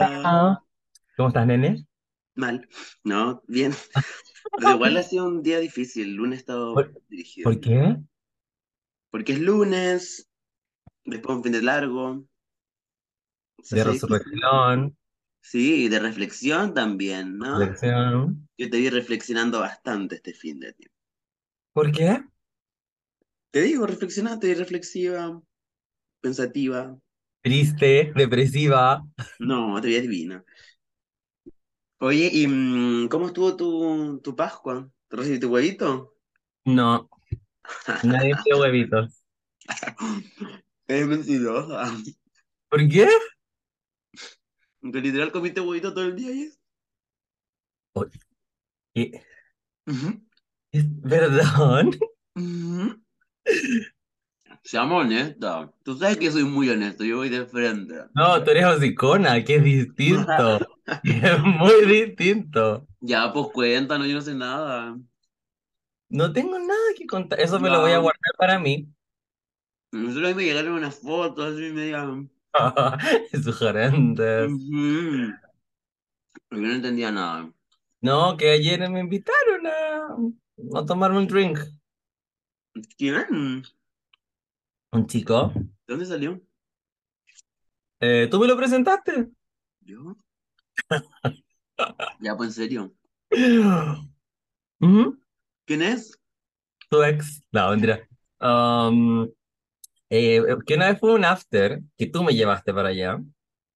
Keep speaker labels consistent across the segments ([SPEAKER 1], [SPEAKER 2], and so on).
[SPEAKER 1] Ajá. ¿Cómo estás, nene?
[SPEAKER 2] Ah, Mal, ¿no? Bien. Pero igual ha sido un día difícil. El lunes he estado
[SPEAKER 1] ¿Por,
[SPEAKER 2] dirigido.
[SPEAKER 1] por qué?
[SPEAKER 2] Porque es lunes, después un fin de largo, se
[SPEAKER 1] De
[SPEAKER 2] hace difícil.
[SPEAKER 1] resurrección,
[SPEAKER 2] Sí, y de reflexión también, ¿no?
[SPEAKER 1] reflexión.
[SPEAKER 2] Yo te vi reflexionando bastante este fin de tiempo.
[SPEAKER 1] ¿Por qué?
[SPEAKER 2] Te digo, reflexionaste, reflexiva, pensativa.
[SPEAKER 1] Triste, depresiva.
[SPEAKER 2] No, te vi divina. Oye, ¿y mm, cómo estuvo tu, tu Pascua? ¿Te recibiste huevito?
[SPEAKER 1] No, nadie me dio huevitos.
[SPEAKER 2] Es mentirosa.
[SPEAKER 1] ¿Por qué?
[SPEAKER 2] Que literal comiste huevito todo el día ayer.
[SPEAKER 1] Oye, ¿qué?
[SPEAKER 2] Ujú.
[SPEAKER 1] Es- ¿Perdón?
[SPEAKER 2] Ujú. Seamos honestos. Tú sabes que soy muy honesto, yo voy de frente.
[SPEAKER 1] No, tú eres hocicona, que es distinto. Es muy distinto.
[SPEAKER 2] Ya, pues cuéntanos, yo no sé nada.
[SPEAKER 1] No tengo nada que contar. Eso me lo voy a
[SPEAKER 2] Ya.
[SPEAKER 1] guardar para mí.
[SPEAKER 2] Solo ahí me llegaron unas fotos así media. Ujú.
[SPEAKER 1] Sugerentes.
[SPEAKER 2] Yo no entendía nada.
[SPEAKER 1] No, que ayer me invitaron a, a tomarme un drink.
[SPEAKER 2] ¿Quién?
[SPEAKER 1] Un chico.
[SPEAKER 2] ¿De dónde salió?
[SPEAKER 1] Eh, ¿tú me lo presentaste?
[SPEAKER 2] ¿Yo? Ya, pues en serio.
[SPEAKER 1] Ujú,
[SPEAKER 2] ¿Quién es?
[SPEAKER 1] Tu ex. No, mentira. Um, eh, que una vez fue un after que tú me llevaste para allá.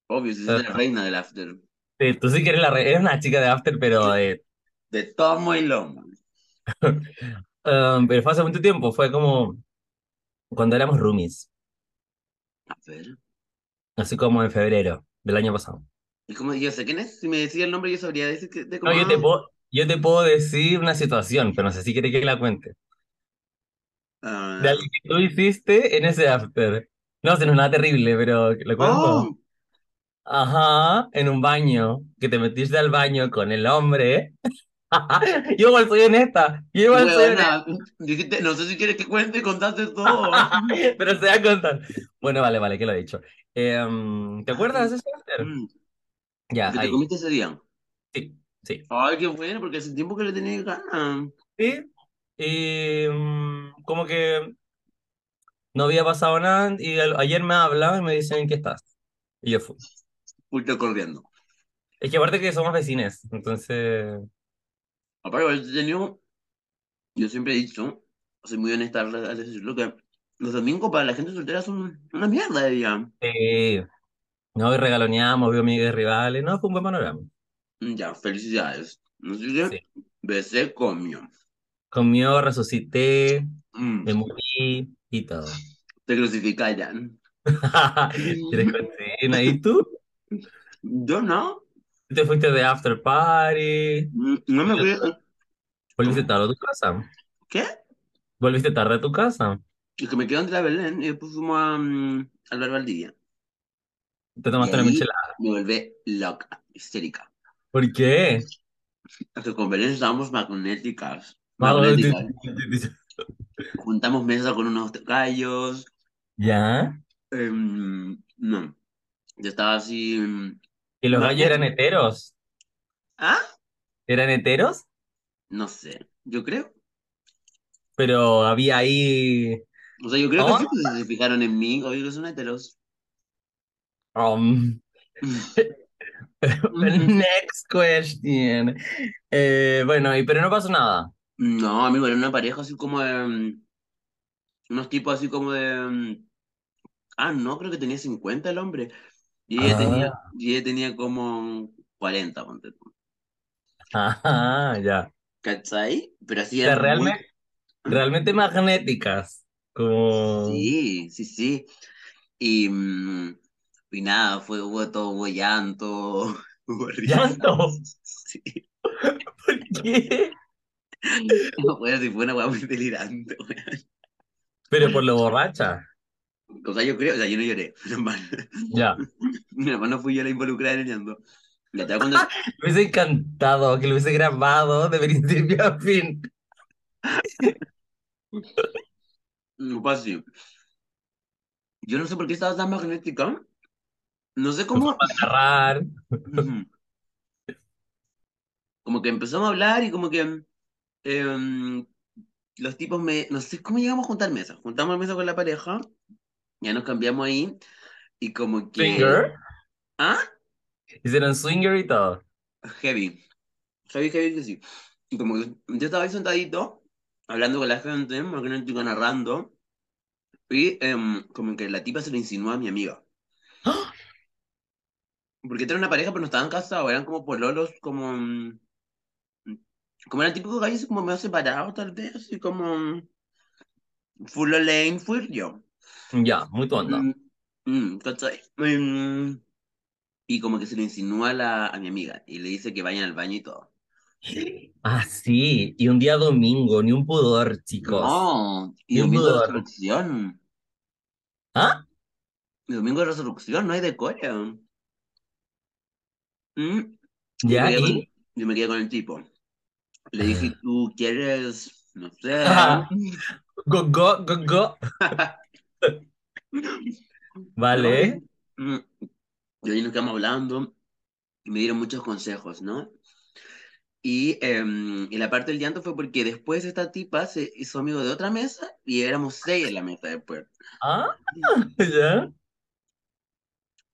[SPEAKER 2] Obvio, si soy
[SPEAKER 1] Eh,
[SPEAKER 2] la reina del after.
[SPEAKER 1] eh, tú sí que eres, la re- eres una chica de after, pero, eh,
[SPEAKER 2] De tomo y lomo.
[SPEAKER 1] um, pero fue hace mucho tiempo. Fue como cuando éramos roomies,
[SPEAKER 2] A ver.
[SPEAKER 1] así como en febrero del año pasado.
[SPEAKER 2] ¿Y cómo yo sé quién es? Si me decía el nombre, yo sabría decir que de
[SPEAKER 1] No,
[SPEAKER 2] como.
[SPEAKER 1] yo te
[SPEAKER 2] ah,
[SPEAKER 1] puedo, yo te puedo decir una situación, pero no sé si quieres que la cuente. De
[SPEAKER 2] ah.
[SPEAKER 1] algo que tú hiciste en ese after. No, si no es nada terrible, pero ¿lo cuento?
[SPEAKER 2] ¡Oh!
[SPEAKER 1] Ajá, en un baño, que te metiste al baño con el hombre. Yo igual soy honesta, yo igual soy
[SPEAKER 2] Huevona, dijiste, no sé si quieres que cuente, contaste todo.
[SPEAKER 1] honesta, pero se va a contar. Bueno, vale, vale, que lo he dicho. Em, ¿te acuerdas
[SPEAKER 2] Ay,
[SPEAKER 1] de ese after?
[SPEAKER 2] mm,
[SPEAKER 1] Ya,
[SPEAKER 2] que te
[SPEAKER 1] ahí.
[SPEAKER 2] comiste ese día.
[SPEAKER 1] Sí, sí.
[SPEAKER 2] Ay, qué bueno, porque hace tiempo que le tenía ganas.
[SPEAKER 1] Sí. Y mm, como que no había pasado nada y al- ayer me hablaban y me dicen ¿en qué estás? Y yo fui.
[SPEAKER 2] Ultra corriendo.
[SPEAKER 1] Es que aparte que somos vecinos, entonces...
[SPEAKER 2] Aparte, igual yo tenía- yo siempre he dicho, soy muy honesta al al decirlo, que los domingos para la gente soltera son una mierda de día.
[SPEAKER 1] eh, no, y regaloneamos, vio amigas rivales, no, fue un buen panorama.
[SPEAKER 2] Mm, Ya, felicidades. No sé qué,
[SPEAKER 1] Sí.
[SPEAKER 2] besé, comió.
[SPEAKER 1] Comió, resucité,
[SPEAKER 2] Mm,
[SPEAKER 1] me morí y todo.
[SPEAKER 2] te crucificarían.
[SPEAKER 1] ¿Quieres continuar? ¿Y tú?
[SPEAKER 2] Yo no,
[SPEAKER 1] ¿Te fuiste de after party?
[SPEAKER 2] mm, no me
[SPEAKER 1] ¿Volviste
[SPEAKER 2] fui.
[SPEAKER 1] volviste tarde a tu casa?
[SPEAKER 2] ¿Qué?
[SPEAKER 1] ¿Volviste tarde a tu casa?
[SPEAKER 2] Y que me quedé en la Belén y después fuimos a, mm, al Bar Valdivia.
[SPEAKER 1] ¿Te
[SPEAKER 2] Y
[SPEAKER 1] tomaste una
[SPEAKER 2] ahí
[SPEAKER 1] michelada?
[SPEAKER 2] me volví loca, histérica.
[SPEAKER 1] ¿Por qué?
[SPEAKER 2] Porque con Belén estábamos magnéticas,
[SPEAKER 1] Mago, te-
[SPEAKER 2] magnéticas.
[SPEAKER 1] te- te- te-
[SPEAKER 2] Juntamos mesa con unos gallos.
[SPEAKER 1] ¿Ya?
[SPEAKER 2] em, no, yo estaba así. em,
[SPEAKER 1] ¿Y los gallos eran
[SPEAKER 2] magnética.
[SPEAKER 1] heteros?
[SPEAKER 2] ¿Ah?
[SPEAKER 1] ¿Eran heteros?
[SPEAKER 2] No sé, yo creo.
[SPEAKER 1] Pero había ahí...
[SPEAKER 2] O sea, yo creo que
[SPEAKER 1] ¿Oh?
[SPEAKER 2] sí, pues se fijaron en mí. Oye, que son heteros.
[SPEAKER 1] Um, Next question. Eh, bueno, y, pero no pasó nada.
[SPEAKER 2] No, amigo, era una pareja así como de. em, unos tipos así como de. em, Ah, no, creo que tenía 50 el hombre. Y ella tenía,
[SPEAKER 1] Ah,
[SPEAKER 2] y ella tenía como 40, ponte tú.
[SPEAKER 1] ajá, Ah, ya.
[SPEAKER 2] ¿Cachai? Pero así
[SPEAKER 1] O sea,
[SPEAKER 2] eran muy.
[SPEAKER 1] realmente,
[SPEAKER 2] ¿Ah?
[SPEAKER 1] realmente magnéticas. Como.
[SPEAKER 2] Sí, sí, sí. Y, mm, y nada, fue, hubo todo, hubo llanto, hubo
[SPEAKER 1] ¡Llanto!
[SPEAKER 2] risas. Sí.
[SPEAKER 1] ¿Por qué?
[SPEAKER 2] No puedo decir, fue una hueá muy delirante, weón.
[SPEAKER 1] Pero por lo borracha.
[SPEAKER 2] O sea, yo creo, o sea, yo no lloré, menos mal.
[SPEAKER 1] Ya.
[SPEAKER 2] Menos mal no fui yo la involucrada en el llanto. Ya te voy a contar-
[SPEAKER 1] Me hubiese encantado que lo hubiese grabado de principio a fin.
[SPEAKER 2] no fue así. Yo no sé por qué estaba tan magnética. No sé
[SPEAKER 1] nos
[SPEAKER 2] cómo.
[SPEAKER 1] fuimos a agarrar.
[SPEAKER 2] Ujú. Como que empezamos a hablar y como que em, los tipos me. No sé cómo llegamos a juntar mesas. Juntamos mesa con la pareja, ya nos cambiamos ahí y como que.
[SPEAKER 1] Swinger.
[SPEAKER 2] Ah,
[SPEAKER 1] Hicieron swinger y todo.
[SPEAKER 2] heavy. Heavy, heavy que sí. Y como que yo estaba ahí sentadito, hablando con la gente, más que nada, tipo, narrando, y em, como que la tipa se lo insinuó a mi amiga.
[SPEAKER 1] ¡Ah!
[SPEAKER 2] Porque era una pareja, pero no estaban casados, eran como pololos, como. mm, Como eran típicos gallos, así como medio separados, tal vez, así como. mm, Full Lane, full yo.
[SPEAKER 1] Ya, muy tu onda.
[SPEAKER 2] Mm, mm, ¿cachai? Mm, y como que se lo insinúa a, la, a mi amiga y le dice que vayan al baño y todo.
[SPEAKER 1] Ah, sí, y un día domingo, ni un pudor, chicos,
[SPEAKER 2] No, y
[SPEAKER 1] ni un
[SPEAKER 2] domingo de
[SPEAKER 1] pudor.
[SPEAKER 2] resurrección.
[SPEAKER 1] ¿Ah?
[SPEAKER 2] Y domingo de resurrección, no hay decorio. Mm, yo me
[SPEAKER 1] ¿Ya?
[SPEAKER 2] quedé con el,
[SPEAKER 1] ¿Y?
[SPEAKER 2] yo me quedé con el tipo. Le
[SPEAKER 1] Ah.
[SPEAKER 2] dije, tú quieres, no sé.
[SPEAKER 1] Ajá. Go, go, go, go.
[SPEAKER 2] No,
[SPEAKER 1] Vale.
[SPEAKER 2] y, mm, y ahí nos quedamos hablando y me dieron muchos consejos, ¿no? Y, em, y la parte del llanto fue porque después esta tipa se hizo amigo de otra mesa y éramos seis en la mesa después.
[SPEAKER 1] Ah, ya.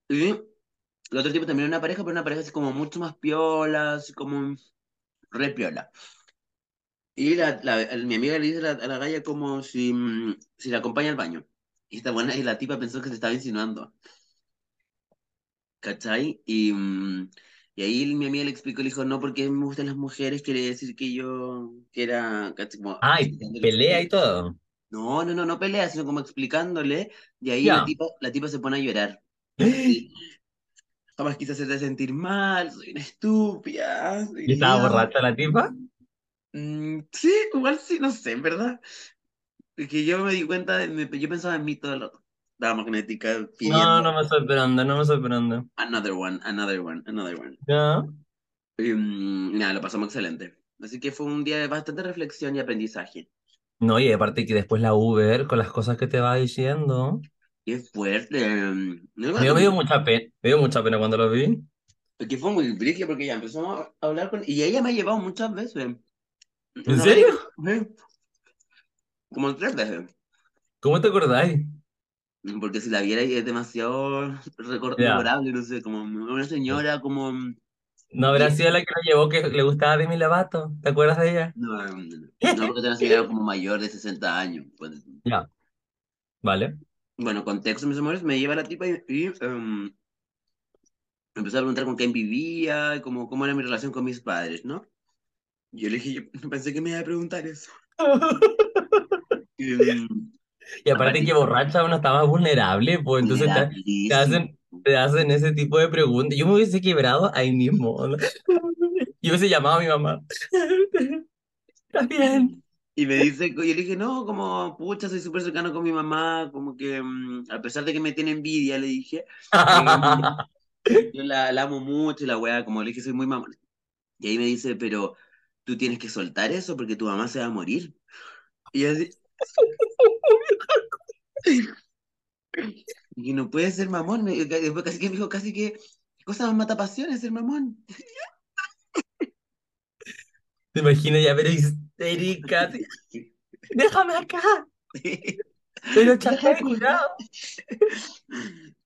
[SPEAKER 2] Y el otro tipo también era una pareja, pero una pareja así como mucho más piola, así como re piola. Y la, la- el- mi amiga le dice a la, a la galla como si, mm, si la acompaña al baño. Y esta buena, y la tipa pensó que se estaba insinuando, ¿cachai? Y, mm, y ahí mi amiga le explicó, le dijo, no, porque me gustan las mujeres, quiere decir que yo, que era, ¿cachai? Como
[SPEAKER 1] Ah, y
[SPEAKER 2] explicándole su
[SPEAKER 1] pelea y
[SPEAKER 2] pelea.
[SPEAKER 1] todo.
[SPEAKER 2] No, no, no, no pelea, sino como explicándole, y ahí la
[SPEAKER 1] Ya.
[SPEAKER 2] tipa, la tipa se pone a llorar. Así, jamás quise hacerte sentir mal, soy una estúpida, soy
[SPEAKER 1] ¿Y estaba
[SPEAKER 2] idiota.
[SPEAKER 1] borracha la tipa?
[SPEAKER 2] Mm, sí, igual sí, no sé, en verdad. Es que yo me di cuenta, de- me- yo pensaba en mí todo el rato. Estaba magnética
[SPEAKER 1] No,
[SPEAKER 2] pidiendo
[SPEAKER 1] no me sorprende, no me sorprende.
[SPEAKER 2] another one, another one, another one.
[SPEAKER 1] Ya.
[SPEAKER 2] Y, mm, nada, lo pasamos excelente. Así que fue un día de bastante reflexión y aprendizaje.
[SPEAKER 1] No, y aparte que después la Uber, con las cosas que te va diciendo.
[SPEAKER 2] Qué fuerte. mm, No, cuando
[SPEAKER 1] Me dio, me
[SPEAKER 2] terminé-
[SPEAKER 1] dio mucha pena, me dio mucha pena cuando lo vi.
[SPEAKER 2] Porque fue muy brígido porque ya empezamos a hablar con... Y ella me ha llevado muchas veces.
[SPEAKER 1] ¿En
[SPEAKER 2] Una vez,
[SPEAKER 1] serio?
[SPEAKER 2] ¿eh? como tres veces.
[SPEAKER 1] ¿Cómo te acordáis?
[SPEAKER 2] Porque si la viera es demasiado recor-
[SPEAKER 1] Ya.
[SPEAKER 2] memorable, no sé, como una señora como...
[SPEAKER 1] ¿No habrá
[SPEAKER 2] vie-
[SPEAKER 1] sido la que lo llevó que le gustaba Demi Lovato? ¿Te acuerdas de ella?
[SPEAKER 2] No, no, no, No, porque era una señora como mayor de 60 años. pues.
[SPEAKER 1] Ya, vale.
[SPEAKER 2] Bueno, contexto, mis amores, me lleva la tipa y, y, em, empezó a preguntar con quién vivía, y como cómo era mi relación con mis padres, ¿no? Y Yo le dije, yo pensé que me iba a preguntar eso. Y, em,
[SPEAKER 1] Y aparte
[SPEAKER 2] aparte,
[SPEAKER 1] que borracha uno está más vulnerable, pues entonces te, te
[SPEAKER 2] vulnerabilísimo.
[SPEAKER 1] hacen, te hacen ese tipo de preguntas. Yo me hubiese quebrado ahí mismo. ¿no? Yo hubiese llamado a mi mamá. Está bien.
[SPEAKER 2] Y me dice, co- yo le dije, no, como, pucha, soy súper cercano con mi mamá, como que, mm, a pesar de que me tiene envidia, le dije, em, yo la, la amo mucho y la weá, como le dije, soy muy mamón. Y ahí me dice, pero tú tienes que soltar eso porque tu mamá se va a morir. Y yo así, y no puede ser mamón, me- ca- después casi que me dijo, casi que, "Qué cosa más mata pasiones ser mamón.
[SPEAKER 1] Te imaginas ya, pero histérica. así, Déjame acá. Pero
[SPEAKER 2] Deja
[SPEAKER 1] chata de
[SPEAKER 2] acá.
[SPEAKER 1] curado.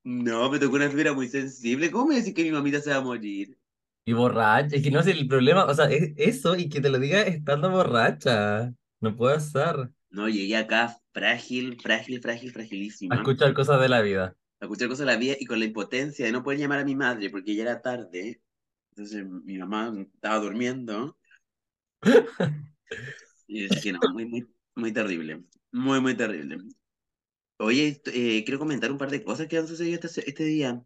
[SPEAKER 2] No, me tocó una fibra muy sensible. ¿Cómo me decís que mi mamita se va a morir?
[SPEAKER 1] Y borracha. Es que no sé el problema. O sea, es eso y que te lo diga estando borracha. No puede ser.
[SPEAKER 2] No, llegué acá frágil, frágil, frágil,
[SPEAKER 1] A
[SPEAKER 2] fragilísima.
[SPEAKER 1] escuchar cosas de la vida.
[SPEAKER 2] A cualquier cosa de la vida y con la impotencia de no poder llamar a mi madre porque ya era tarde. Entonces mi mamá estaba durmiendo. Y así que no, muy, muy, muy terrible. Muy, muy terrible. Oye, esto- eh, quiero comentar un par de cosas que han sucedido este, se- este día.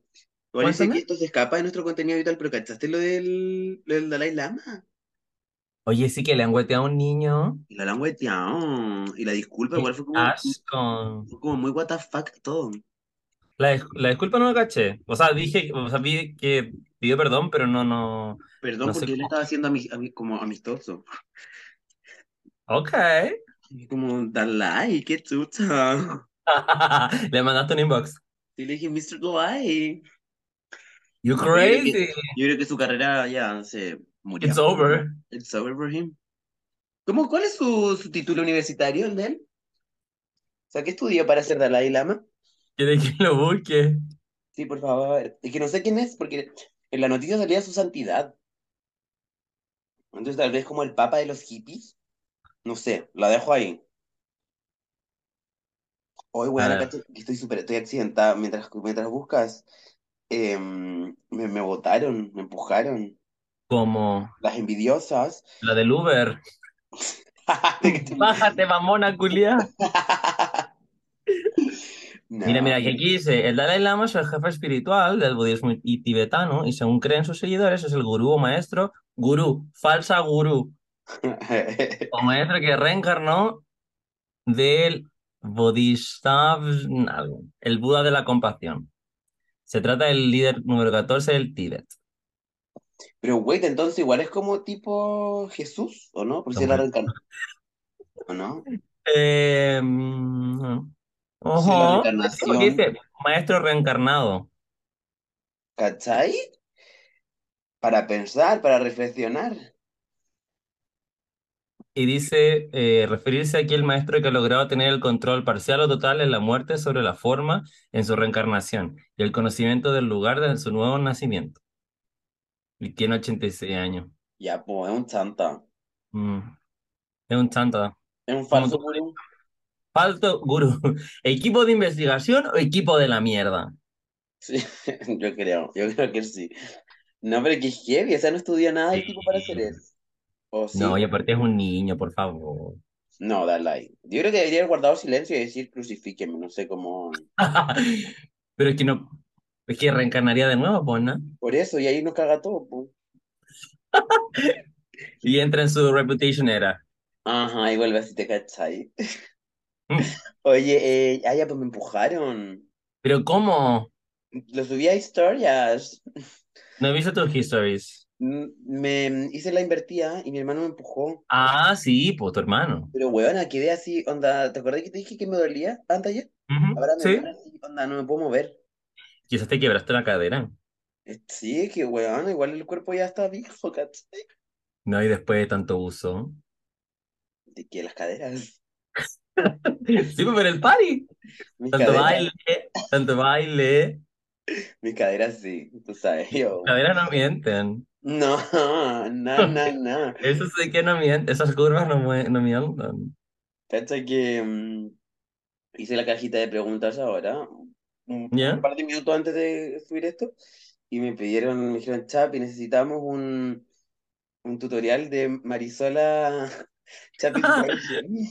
[SPEAKER 2] Igual yo sé que
[SPEAKER 1] Cuéntame.
[SPEAKER 2] esto se escapa de nuestro contenido habitual, pero ¿cachaste lo del, lo del Dalai Lama?
[SPEAKER 1] Oye, sí que le han golpeado a un niño.
[SPEAKER 2] Y lo han hueteado. Y la disculpa
[SPEAKER 1] Qué
[SPEAKER 2] igual fue como,
[SPEAKER 1] asco.
[SPEAKER 2] fue como muy what the fuck todo.
[SPEAKER 1] La, dis- la disculpa no la caché. O sea, dije, o sea, vi que pidió perdón, pero no, no,
[SPEAKER 2] Perdón
[SPEAKER 1] no sé
[SPEAKER 2] porque él
[SPEAKER 1] cómo.
[SPEAKER 2] estaba siendo ami- ami- como amistoso.
[SPEAKER 1] Ok.
[SPEAKER 2] Y Como Dalai, qué chucha.
[SPEAKER 1] Le mandaste un inbox.
[SPEAKER 2] Y le dije, Mr. Dalai.
[SPEAKER 1] You
[SPEAKER 2] Pero yo creo que,
[SPEAKER 1] crazy.
[SPEAKER 2] yo creo que su carrera ya se murió.
[SPEAKER 1] It's over.
[SPEAKER 2] It's over for him. ¿Cómo, cuál es su, su título universitario, el de él? O sea, ¿qué estudió para ser Dalai Lama?
[SPEAKER 1] ¿Quiere que lo busque?
[SPEAKER 2] Sí, por favor. Es que no sé quién es, porque en la noticia salía su santidad. Entonces, tal vez como el papa de los hippies. No sé, la dejo ahí. Hoy,
[SPEAKER 1] A
[SPEAKER 2] bueno,
[SPEAKER 1] ver.
[SPEAKER 2] cacho, que estoy súper, estoy accidentada. Mientras, mientras buscas, em, me, me botaron, me empujaron.
[SPEAKER 1] Como
[SPEAKER 2] Las envidiosas.
[SPEAKER 1] la del Uber.
[SPEAKER 2] De que te-
[SPEAKER 1] Bájate, mamona culia. Mira,
[SPEAKER 2] No,
[SPEAKER 1] mira, que aquí dice, el Dalai Lama es el jefe espiritual del budismo y- tibetano y según creen sus seguidores es el gurú o maestro, gurú, falsa gurú, o maestro que reencarnó del Bodhisattva, algo, el Buda de la compasión. Se trata del líder número 14 del Tíbet.
[SPEAKER 2] Pero wait, entonces igual es como tipo Jesús, ¿o no? Por si la
[SPEAKER 1] Según-
[SPEAKER 2] reencarnación, ¿o no?
[SPEAKER 1] Eh, mm,
[SPEAKER 2] Por si la
[SPEAKER 1] ojo, sí, porque
[SPEAKER 2] reencarnación,
[SPEAKER 1] dice maestro reencarnado.
[SPEAKER 2] ¿cachai? Para pensar, para reflexionar.
[SPEAKER 1] Y dice, eh, referirse aquí al maestro que ha logrado tener el control parcial o total en la muerte sobre la forma en su reencarnación y el conocimiento del lugar de su nuevo nacimiento. Y tiene 86 años.
[SPEAKER 2] Ya, pues, es un chanta.
[SPEAKER 1] Mm, Es un chanta.
[SPEAKER 2] Es un
[SPEAKER 1] Como
[SPEAKER 2] falso
[SPEAKER 1] tú.
[SPEAKER 2] gurú.
[SPEAKER 1] Falto gurú. ¿Equipo de investigación o equipo de la mierda?
[SPEAKER 2] Sí, yo creo, yo creo que sí. No, pero que heavy, o sea, no estudia nada el tipo para hacer
[SPEAKER 1] Sí.
[SPEAKER 2] eso. ¿O
[SPEAKER 1] No,
[SPEAKER 2] sí?
[SPEAKER 1] y aparte es un niño, por favor.
[SPEAKER 2] No, Dalai. Yo creo que debería haber guardado silencio y decir crucifíqueme, no sé cómo.
[SPEAKER 1] Pero es que no. Es que reencarnaría de nuevo, pues, ¿no?
[SPEAKER 2] Por eso, y ahí nos caga todo, pues.
[SPEAKER 1] Y entra en su reputation era.
[SPEAKER 2] Ajá, y vuelve así, te cachai.
[SPEAKER 1] Mm,
[SPEAKER 2] Oye, eh, ah, ya, pues me empujaron.
[SPEAKER 1] Pero ¿cómo?
[SPEAKER 2] Lo subí a historias.
[SPEAKER 1] No he visto tus histories.
[SPEAKER 2] M- Me hice la invertida y mi hermano me empujó.
[SPEAKER 1] Ah, sí, pues tu hermano.
[SPEAKER 2] Pero, weona, quedé así, onda. ¿Te acordás que te dije que me dolía antes ayer?
[SPEAKER 1] Ujú,
[SPEAKER 2] Ahora me
[SPEAKER 1] Sí.
[SPEAKER 2] duele así, onda, no me puedo mover.
[SPEAKER 1] Quizás te quebraste la cadera.
[SPEAKER 2] Eh, Sí, es que, weona, igual el cuerpo ya está viejo, ¿cachai?
[SPEAKER 1] No, y después de tanto uso.
[SPEAKER 2] De que las caderas,
[SPEAKER 1] Sí, pues, pero el party.
[SPEAKER 2] mis
[SPEAKER 1] Tanto
[SPEAKER 2] caderas,
[SPEAKER 1] baile, tanto baile.
[SPEAKER 2] mis caderas sí, tú sabes,
[SPEAKER 1] Las
[SPEAKER 2] yo.
[SPEAKER 1] caderas no mienten.
[SPEAKER 2] No, na, na, na.
[SPEAKER 1] Eso sí que no mienten. Esas curvas no, mue- no mienten.
[SPEAKER 2] ¿Cachai que mm, hice la cajita de preguntas ahora? Un un
[SPEAKER 1] ¿Ya?
[SPEAKER 2] par de minutos antes de subir esto. Y me pidieron, me dijeron, Chapi, necesitamos un, un tutorial de Marisola Chapinbergen.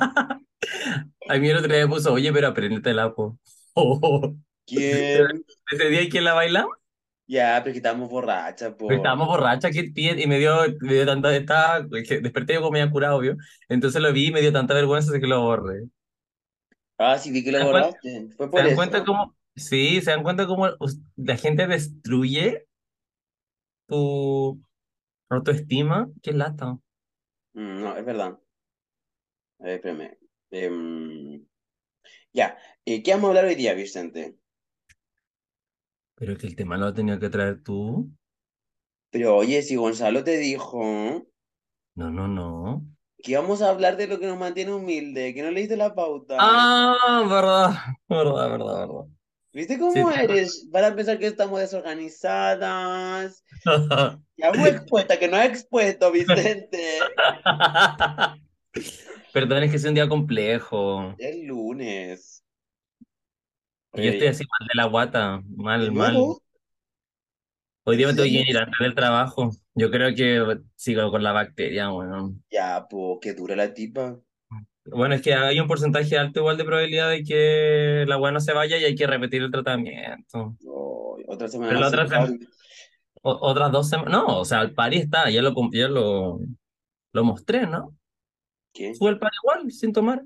[SPEAKER 1] A mí el otro día me puso, oye, pero aprendete la po. Oh,
[SPEAKER 2] ¿Quién?
[SPEAKER 1] Ese día, ¿quién la
[SPEAKER 2] Oh.
[SPEAKER 1] bailaba?
[SPEAKER 2] Ya, pero que estábamos borrachas,
[SPEAKER 1] Pero
[SPEAKER 2] po.
[SPEAKER 1] estábamos borrachas, que y me dio, me dio tanta, estaba, es que desperté yo como media curado, obvio. Entonces lo vi y me dio tanta vergüenza así que lo borré.
[SPEAKER 2] Ah, sí, vi que lo
[SPEAKER 1] ¿Se dan cuenta,
[SPEAKER 2] borraste. Fue
[SPEAKER 1] se
[SPEAKER 2] por
[SPEAKER 1] dan cuenta
[SPEAKER 2] eso.
[SPEAKER 1] cómo, sí, se dan cuenta cómo us- la gente destruye tu autoestima? Qué lata.
[SPEAKER 2] Mm, No, es verdad. A ver, espérame. Em, ya, Eh, ¿qué vamos a hablar hoy día, Vicente?
[SPEAKER 1] Pero que el tema lo tenía que traer tú.
[SPEAKER 2] Pero oye, si Gonzalo te dijo
[SPEAKER 1] No, no, no.
[SPEAKER 2] que íbamos a hablar de lo que nos mantiene humilde, que no leíste la pauta.
[SPEAKER 1] Ah, verdad, verdad, verdad, verdad.
[SPEAKER 2] ¿Viste
[SPEAKER 1] Sí,
[SPEAKER 2] cómo eres? Van a pensar que estamos desorganizadas.
[SPEAKER 1] tienes-
[SPEAKER 2] Ya muy expuesta, que no ha expuesto, Vicente.
[SPEAKER 1] Perdón, es que es un día complejo.
[SPEAKER 2] Es lunes.
[SPEAKER 1] Y yo
[SPEAKER 2] Oye,
[SPEAKER 1] estoy
[SPEAKER 2] ya.
[SPEAKER 1] así mal de la guata,
[SPEAKER 2] ¿De
[SPEAKER 1] mal, mal.
[SPEAKER 2] nuevo? ¿Pero
[SPEAKER 1] Hoy día me
[SPEAKER 2] si
[SPEAKER 1] tengo
[SPEAKER 2] ya
[SPEAKER 1] que
[SPEAKER 2] lo
[SPEAKER 1] ir antes del trabajo. Yo creo que sigo con la bacteria, bueno.
[SPEAKER 2] Ya, po, qué dura la tipa.
[SPEAKER 1] Bueno, es que hay un porcentaje alto igual de probabilidad de que la guata no se vaya y hay que repetir el tratamiento.
[SPEAKER 2] Oh, otra
[SPEAKER 1] Pero
[SPEAKER 2] semana
[SPEAKER 1] la
[SPEAKER 2] sin
[SPEAKER 1] otra sema-
[SPEAKER 2] party.
[SPEAKER 1] o- otras dos semanas, no, o sea, el pari está, ya lo, cum- ya lo, lo mostré, ¿no?
[SPEAKER 2] ¿Qué?
[SPEAKER 1] Fue el pari igual, sin tomar.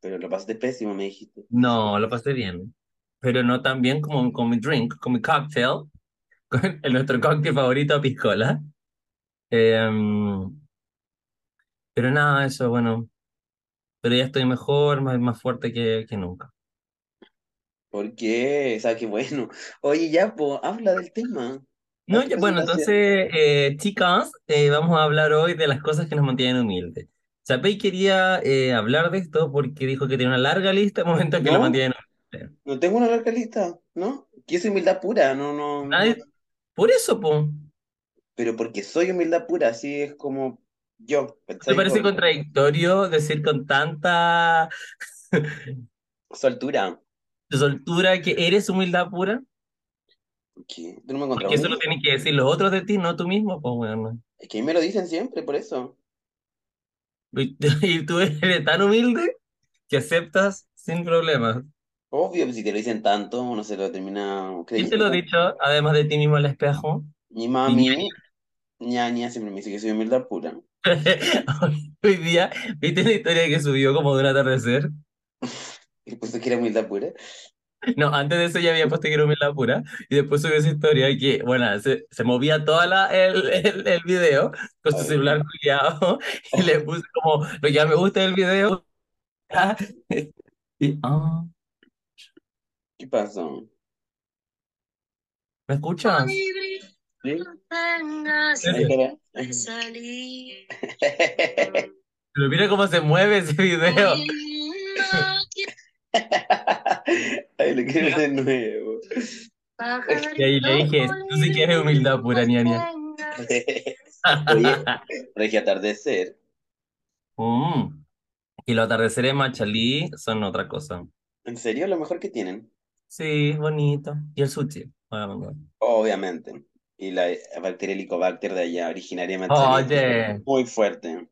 [SPEAKER 2] Pero lo pasaste pésimo, me dijiste.
[SPEAKER 1] No, lo pasé bien, pero no tan bien como con mi drink, con mi cocktail, con el- nuestro cóctel favorito, piscola. Em, pero nada, eso, bueno, pero ya estoy mejor, más, más fuerte que, que nunca.
[SPEAKER 2] ¿Por qué? O sea, qué bueno. Oye, ya, pues, habla del tema.
[SPEAKER 1] No,
[SPEAKER 2] Haz
[SPEAKER 1] ya-
[SPEAKER 2] tu
[SPEAKER 1] bueno,
[SPEAKER 2] presentación.
[SPEAKER 1] entonces, eh, chicas, eh, vamos a hablar hoy de las cosas que nos mantienen humildes. Chapey quería eh, hablar de esto porque dijo que tiene una larga lista de momentos que lo
[SPEAKER 2] ¿No?
[SPEAKER 1] mantienen humilde.
[SPEAKER 2] No tengo una larga lista, ¿no? Que es humildad pura, no, no, no.
[SPEAKER 1] Nadie- Por eso, po.
[SPEAKER 2] Pero porque soy humildad pura, así es como yo,
[SPEAKER 1] ¿Te
[SPEAKER 2] ¿cachai?
[SPEAKER 1] parece
[SPEAKER 2] Por
[SPEAKER 1] contradictorio decir con tanta
[SPEAKER 2] soltura.
[SPEAKER 1] soltura que eres humildad pura?
[SPEAKER 2] Que tú no me encontrás
[SPEAKER 1] Porque eso lo
[SPEAKER 2] humilde.
[SPEAKER 1] tienen que decir los otros de ti, no tú mismo, pues, bueno.
[SPEAKER 2] Es que a mí me lo dicen siempre, por eso.
[SPEAKER 1] Y tú eres tan humilde que aceptas sin problemas.
[SPEAKER 2] Obvio, pues, si te lo dicen tanto, uno se lo termina
[SPEAKER 1] ¿Quién te lo ha
[SPEAKER 2] creyendo.
[SPEAKER 1] dicho, además de ti mismo al espejo?
[SPEAKER 2] Mi
[SPEAKER 1] Y
[SPEAKER 2] mami, ñaña, siempre me dice que soy humildad pura.
[SPEAKER 1] Hoy día, ¿viste la historia que subió como de un atardecer?
[SPEAKER 2] Y puso que era humildad pura.
[SPEAKER 1] No, antes de eso ya había puesto que era humildad pura y después subió esa historia que, bueno, se, se movía toda la, el, el, el video con su
[SPEAKER 2] Ay,
[SPEAKER 1] celular cuidado y le puse como lo que ya me gusta del video. Y, ah,
[SPEAKER 2] ¿qué pasó?
[SPEAKER 1] ¿me escuchas?
[SPEAKER 2] ¿Sí? Ay,
[SPEAKER 1] Serio.
[SPEAKER 2] cara.
[SPEAKER 1] Pero mira cómo se mueve ese video.
[SPEAKER 2] Ay, lo quiero de nuevo.
[SPEAKER 1] Y ahí le dije, tú sí que eres humildad pura, ñaña.
[SPEAKER 2] Oye, regia atardecer.
[SPEAKER 1] Mm. Y los atardeceres machalí son otra cosa.
[SPEAKER 2] ¿En serio? Lo mejor que tienen.
[SPEAKER 1] Sí, bonito. Y el sushi. Hola, mamá.
[SPEAKER 2] Obviamente. Y la bacteria Helicobacter de allá, originaria de Machalí, es
[SPEAKER 1] Oye,
[SPEAKER 2] muy fuerte.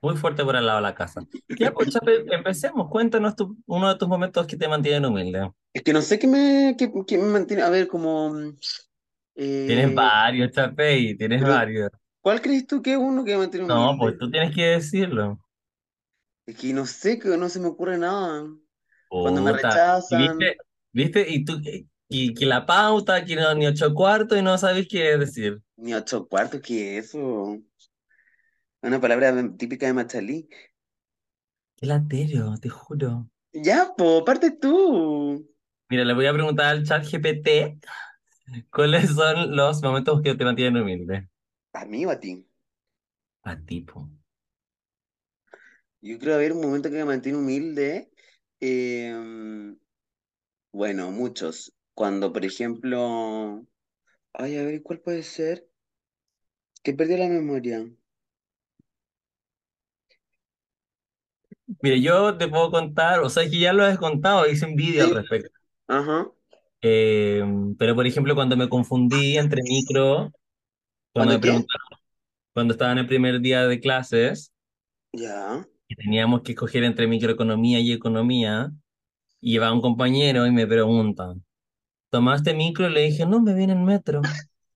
[SPEAKER 1] muy fuerte por al lado de la casa. Ya, pues, Chape, empecemos. Cuéntanos tu- uno de tus momentos que te mantienen humilde.
[SPEAKER 2] Es que no sé qué me, qué, qué me mantiene. A ver, como.
[SPEAKER 1] Tienes
[SPEAKER 2] Eh,
[SPEAKER 1] varios, Chape, tienes
[SPEAKER 2] pero,
[SPEAKER 1] varios.
[SPEAKER 2] ¿cuál crees tú que es uno que me mantiene
[SPEAKER 1] No, pues
[SPEAKER 2] humilde?
[SPEAKER 1] tú tienes que decirlo.
[SPEAKER 2] Es que no sé, que no se me ocurre nada. Cuando me
[SPEAKER 1] Puta. Y
[SPEAKER 2] rechazan.
[SPEAKER 1] viste, viste, y tú, y, que la pauta, que no, ni ocho cuartos y no sabes qué decir.
[SPEAKER 2] Ni ocho cuartos, ¿qué es eso? Una palabra típica de Machalí.
[SPEAKER 1] Qué latero, te juro.
[SPEAKER 2] Ya, po, parte tú.
[SPEAKER 1] Mira, le voy a preguntar al chat GPT cuáles son los momentos que te mantienen humilde.
[SPEAKER 2] ¿A mí o a ti?
[SPEAKER 1] A tipo.
[SPEAKER 2] Yo creo haber un momento que me mantiene humilde. eh, bueno, muchos. Cuando, por ejemplo. Ay, a ver, ¿cuál puede ser? Que perdió la memoria.
[SPEAKER 1] Mira, yo te puedo contar, o sea, es que ya lo has contado, hice un vídeo al
[SPEAKER 2] Sí.
[SPEAKER 1] respecto.
[SPEAKER 2] Ajá.
[SPEAKER 1] Eh, pero, por ejemplo, cuando me confundí entre micro, cuando
[SPEAKER 2] ¿Cuándo
[SPEAKER 1] me
[SPEAKER 2] qué?
[SPEAKER 1] preguntaron, cuando estaba en el primer día de clases,
[SPEAKER 2] Ya.
[SPEAKER 1] y teníamos que escoger entre microeconomía y economía, y va un compañero y me pregunta, ¿tomaste micro? Le dije, no, me viene en metro.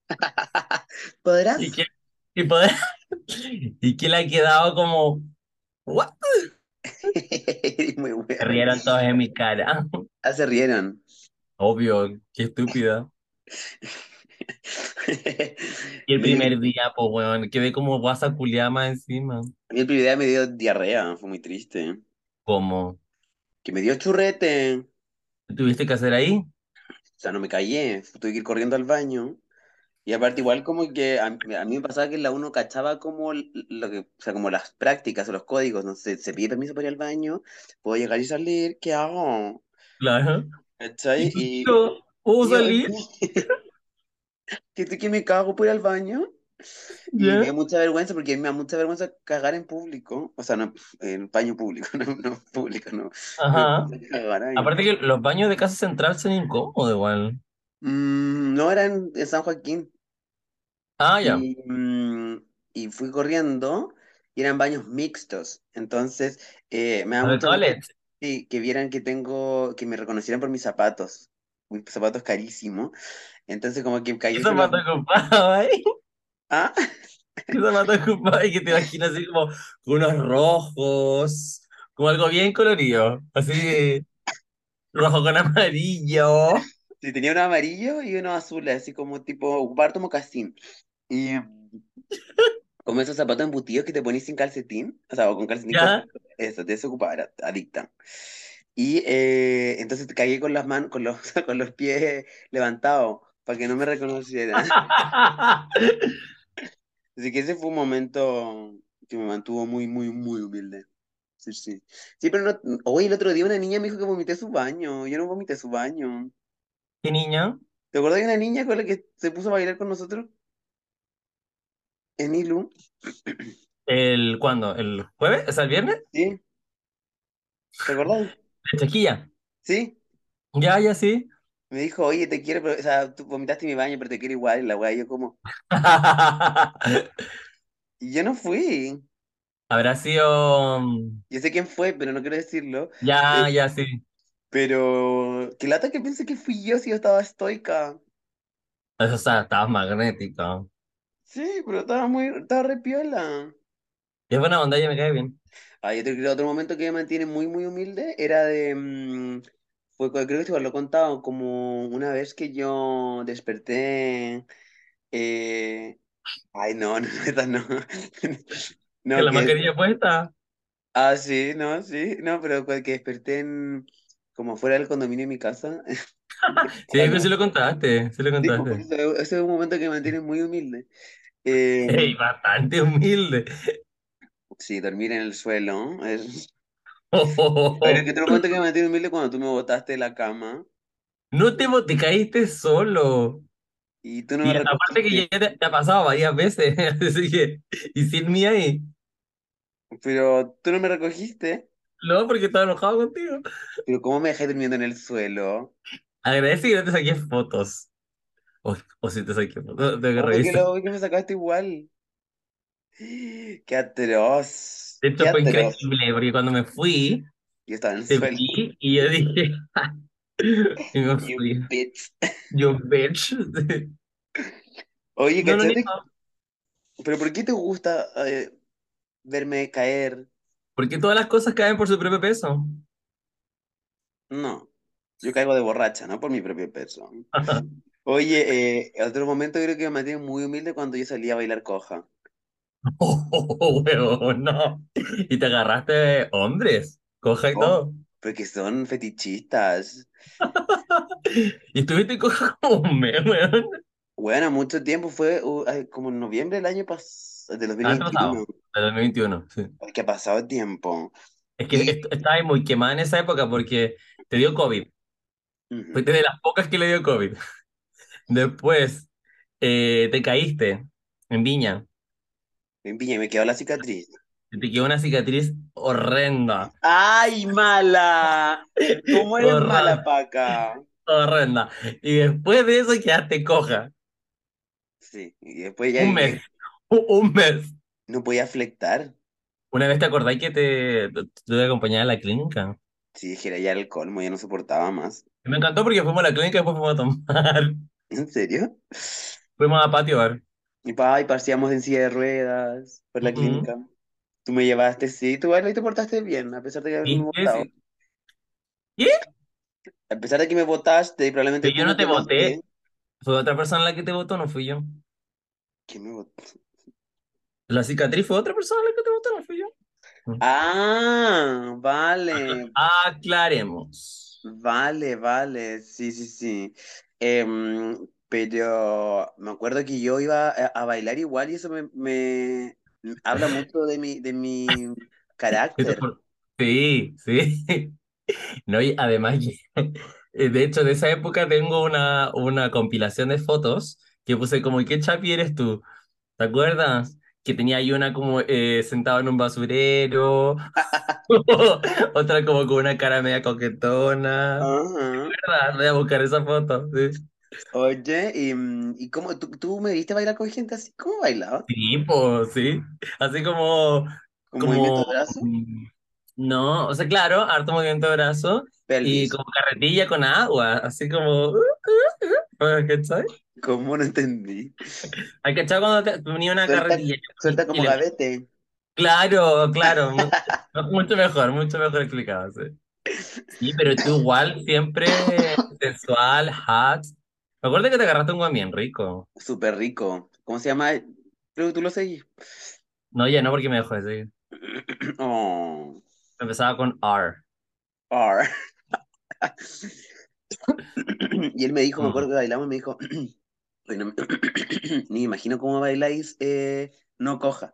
[SPEAKER 1] ¿Y
[SPEAKER 2] ¿Podrás?
[SPEAKER 1] qué? ¿Y poder? ¿Y que le ha quedado como, what?
[SPEAKER 2] Muy
[SPEAKER 1] Se
[SPEAKER 2] bueno.
[SPEAKER 1] rieron todos en mi cara.
[SPEAKER 2] Ah, se rieron.
[SPEAKER 1] Obvio, qué estúpida. Y el
[SPEAKER 2] Me dio-
[SPEAKER 1] primer día, pues, weón, quedé como guasa culiada más encima.
[SPEAKER 2] a mí el primer día me dio diarrea, fue muy triste.
[SPEAKER 1] ¿Cómo?
[SPEAKER 2] Que me dio churrete. O
[SPEAKER 1] ¿Qué ¿Tuviste que hacer ahí?
[SPEAKER 2] sea, no me callé. pues, Tuve que ir corriendo al baño. Y aparte igual como que a, a mí me pasaba que en la uno cachaba como l- lo que, o sea, como las prácticas o los códigos, no sé, se pide permiso para ir al baño, puedo llegar y salir, ¿qué hago?
[SPEAKER 1] Claro.
[SPEAKER 2] ¿Cachai?
[SPEAKER 1] ¿Y tú,
[SPEAKER 2] Y
[SPEAKER 1] yo, puedo
[SPEAKER 2] yo,
[SPEAKER 1] salir?
[SPEAKER 2] que estoy que me cago por ir al baño. Y me
[SPEAKER 1] ¿Ya?
[SPEAKER 2] da mucha vergüenza porque a mí me da mucha vergüenza cagar en público, o sea, no, en baño público, no, no público, no. Me da
[SPEAKER 1] Ajá.
[SPEAKER 2] vergüenza cagar ahí.
[SPEAKER 1] Aparte que los baños de Casa Central son incómodos igual.
[SPEAKER 2] Mm, no era en, en San Joaquín.
[SPEAKER 1] Ah, ya.
[SPEAKER 2] Y, mm, y fui corriendo y eran baños mixtos. Entonces, eh, me da
[SPEAKER 1] Los de
[SPEAKER 2] mucha vergüenza
[SPEAKER 1] toilet.
[SPEAKER 2] que, que vieran que tengo, que me reconocieran por mis zapatos. Mis zapatos carísimos. Entonces, como que
[SPEAKER 1] ¿Qué
[SPEAKER 2] caí por los.
[SPEAKER 1] zapato ocupado ahí?
[SPEAKER 2] Ah,
[SPEAKER 1] ¿Qué zapato ocupado ahí? Que ¿eh? te imaginas así como con unos rojos, como algo bien colorido. Así, rojo con amarillo.
[SPEAKER 2] sí, tenía uno amarillo y uno azul, así como tipo ocupar tu mocasín. Y mm, como esos zapatos embutidos que te pones sin calcetín, o sea, o con calcetín corto.
[SPEAKER 1] ¿Ya?
[SPEAKER 2] Eso, te desocupaba, era adicta. Y eh, entonces cagué con las manos, con los, con los pies levantados, para que no me reconocieran. Así que ese fue un momento que me mantuvo muy, muy, muy humilde. Sí, sí. Sí, pero no, hoy el otro día una niña me dijo que vomité su baño. Yo no vomité su baño.
[SPEAKER 1] ¿Qué niña?
[SPEAKER 2] ¿Te acuerdas de una niña con la que se puso a bailar con nosotros? En Ilu.
[SPEAKER 1] ¿El cuándo? ¿El jueves? ¿O sea, el viernes?
[SPEAKER 2] Sí. ¿Te acordás?
[SPEAKER 1] ¿La chiquilla?
[SPEAKER 2] Sí.
[SPEAKER 1] Ya, ya, sí.
[SPEAKER 2] Me dijo, oye, te quiero, pero, o sea, tú vomitaste en mi baño, pero te quiero igual, y la weá, yo como. Y yo no fui.
[SPEAKER 1] Habrá sido. mm,
[SPEAKER 2] Yo sé quién fue, pero no quiero decirlo.
[SPEAKER 1] Ya,
[SPEAKER 2] Eh,
[SPEAKER 1] ya, sí.
[SPEAKER 2] pero. Qué lata que pensé que fui yo si yo estaba estoica.
[SPEAKER 1] Eso está, estaba magnético.
[SPEAKER 2] Sí, pero estaba muy. Estaba re piola.
[SPEAKER 1] Es buena onda, ya me cae bien.
[SPEAKER 2] Ah, yo creo que otro momento que me mantiene muy, muy humilde era de. mm, fue, cu- creo que te lo he contado, como una vez que yo desperté. eh, ay, no, no, esta no.
[SPEAKER 1] Que
[SPEAKER 2] No,
[SPEAKER 1] la
[SPEAKER 2] que.
[SPEAKER 1] mascarilla puesta.
[SPEAKER 2] Ah, sí, no, sí, no, pero cu- que desperté en. Como fuera del condominio de mi casa.
[SPEAKER 1] Sí, pues
[SPEAKER 2] Ahora
[SPEAKER 1] pero sí
[SPEAKER 2] no.
[SPEAKER 1] lo contaste, sí lo
[SPEAKER 2] Sí, pues, por
[SPEAKER 1] contaste.
[SPEAKER 2] eso, e- ese es un momento que me mantiene muy humilde. Eh,
[SPEAKER 1] Ey, bastante humilde.
[SPEAKER 2] sí, dormir en el suelo. Es...
[SPEAKER 1] Oh,
[SPEAKER 2] A ver, que otro momento que me mantiene humilde cuando tú me botaste de la cama
[SPEAKER 1] No te, bo- te caíste solo.
[SPEAKER 2] y tú no me
[SPEAKER 1] Y aparte que
[SPEAKER 2] recogiste.
[SPEAKER 1] ya te, te ha pasado varias veces, así que, y sin mí ahí.
[SPEAKER 2] Pero tú no me recogiste.
[SPEAKER 1] No, porque estaba enojado contigo.
[SPEAKER 2] Pero ¿cómo me dejé durmiendo en el suelo?
[SPEAKER 1] Agradece y no te saqué fotos. O, o si te saqué fotos, tengo que
[SPEAKER 2] Obvio que, lo,
[SPEAKER 1] revisar.
[SPEAKER 2] obvio que me sacaste igual. ¡Qué atroz!
[SPEAKER 1] De
[SPEAKER 2] ¡Qué
[SPEAKER 1] hecho,
[SPEAKER 2] atroz!
[SPEAKER 1] fue increíble, porque cuando me fui,
[SPEAKER 2] Yo estaba en el
[SPEAKER 1] te
[SPEAKER 2] suelo.
[SPEAKER 1] vi y yo dije, y me
[SPEAKER 2] You
[SPEAKER 1] fui.
[SPEAKER 2] bitch.
[SPEAKER 1] Yo, bitch.
[SPEAKER 2] Oye,
[SPEAKER 1] No, no, ni
[SPEAKER 2] ¿cachate? ¿Pero por qué te gusta eh, verme caer?
[SPEAKER 1] Porque todas las cosas caen por su propio peso.
[SPEAKER 2] No. Yo caigo de borracha, ¿no? Por mi propio peso. Oye, eh, otro momento creo que me mantiene muy humilde cuando yo salía a bailar coja.
[SPEAKER 1] Oh, huevón, no. Y te agarraste hombres, coja y
[SPEAKER 2] Oh,
[SPEAKER 1] todo.
[SPEAKER 2] porque son fetichistas.
[SPEAKER 1] Y estuviste coja como un mes, weón.
[SPEAKER 2] Bueno, mucho tiempo fue uh, ay, como en noviembre del año pasado, del
[SPEAKER 1] El año pasado,
[SPEAKER 2] 2021.
[SPEAKER 1] del 2021, sí.
[SPEAKER 2] Ay, que ha pasado tiempo.
[SPEAKER 1] Es que
[SPEAKER 2] Y
[SPEAKER 1] est- estaba muy quemada en esa época porque te dio COVID.
[SPEAKER 2] ujú,
[SPEAKER 1] Fuiste de las pocas que le dio COVID. Después, eh, te caíste en Viña.
[SPEAKER 2] en Viña me quedó la cicatriz.
[SPEAKER 1] y Te quedó una cicatriz horrenda.
[SPEAKER 2] ¡Ay, mala! ¿Cómo eres mala,
[SPEAKER 1] Horrenda,
[SPEAKER 2] Paca?
[SPEAKER 1] horrenda. Y después de eso quedaste coja.
[SPEAKER 2] Sí, y después ya
[SPEAKER 1] Un mes,
[SPEAKER 2] eh,
[SPEAKER 1] u- un mes.
[SPEAKER 2] no podía flectar.
[SPEAKER 1] Una vez te acordáis que te, tú te acompañaba a la clínica.
[SPEAKER 2] Sí, dije, era ya el colmo, ya no soportaba más.
[SPEAKER 1] Y me encantó porque fuimos a la clínica y después fuimos a tomar.
[SPEAKER 2] ¿En serio?
[SPEAKER 1] Fuimos a patio bar.
[SPEAKER 2] Y pa, y paseamos en silla de ruedas por la
[SPEAKER 1] Ujú.
[SPEAKER 2] clínica. Tú me llevaste, sí, tú igual te portaste bien, a pesar de que haberme
[SPEAKER 1] ¿Y qué
[SPEAKER 2] votado.
[SPEAKER 1] decir? ¿Qué?
[SPEAKER 2] A pesar de que me votaste y probablemente
[SPEAKER 1] Pero
[SPEAKER 2] tú
[SPEAKER 1] yo
[SPEAKER 2] me
[SPEAKER 1] no te voté.
[SPEAKER 2] quemaste.
[SPEAKER 1] Fue otra persona la que te votó, no fui yo.
[SPEAKER 2] ¿Quién me votó?
[SPEAKER 1] La cicatriz fue otra persona la que te votó, no fui yo. Mm.
[SPEAKER 2] Ah, vale,
[SPEAKER 1] Aclaremos.
[SPEAKER 2] vale, vale, sí, sí, sí. Em, pero me acuerdo que yo iba a, a bailar igual y eso me, me- me habla mucho de mi, de mi
[SPEAKER 1] Esto
[SPEAKER 2] carácter.
[SPEAKER 1] por- Sí, sí. No, y además, que- eh, de hecho, de esa época tengo una, una compilación de fotos que puse como, ¿qué chapi eres tú? ¿Te acuerdas? Que tenía ahí una como eh, sentado en un basurero, otra como con una cara media
[SPEAKER 2] Ah.
[SPEAKER 1] coquetona.
[SPEAKER 2] Ajá.
[SPEAKER 1] ¿Verdad? Voy a buscar esa foto. Sí,
[SPEAKER 2] Oye, y, mm, ¿y cómo tú, tú me viste bailar con gente así? ¿Cómo bailaba?
[SPEAKER 1] Sí, po, sí. Así como,
[SPEAKER 2] ¿Con movimiento
[SPEAKER 1] como,
[SPEAKER 2] de brazo?
[SPEAKER 1] mm, no, o sea, claro, harto movimiento de brazo y
[SPEAKER 2] Pelvis.
[SPEAKER 1] como carretilla con agua, así como, uh, uh, ¿cachai?
[SPEAKER 2] ¿Cómo no entendí?
[SPEAKER 1] Hay cachado cuando te ponía una
[SPEAKER 2] Suelta,
[SPEAKER 1] carretilla y,
[SPEAKER 2] suelta
[SPEAKER 1] y
[SPEAKER 2] como
[SPEAKER 1] le...
[SPEAKER 2] gavete.
[SPEAKER 1] Claro, claro, mu- mucho mejor, mucho mejor explicado, sí. Sí, pero tú igual, siempre sensual, hot. Me acuerdo que te agarraste un guamián rico.
[SPEAKER 2] Súper rico. ¿Cómo se llama? Creo que tú lo seguís.
[SPEAKER 1] No, ya no, porque me dejó de seguir.
[SPEAKER 2] Oh.
[SPEAKER 1] Empezaba con R.
[SPEAKER 2] R. Y él me dijo, me acuerdo que bailamos, y me dijo, "Oye, no me- ni me imagino cómo bailáis, eh, no coja.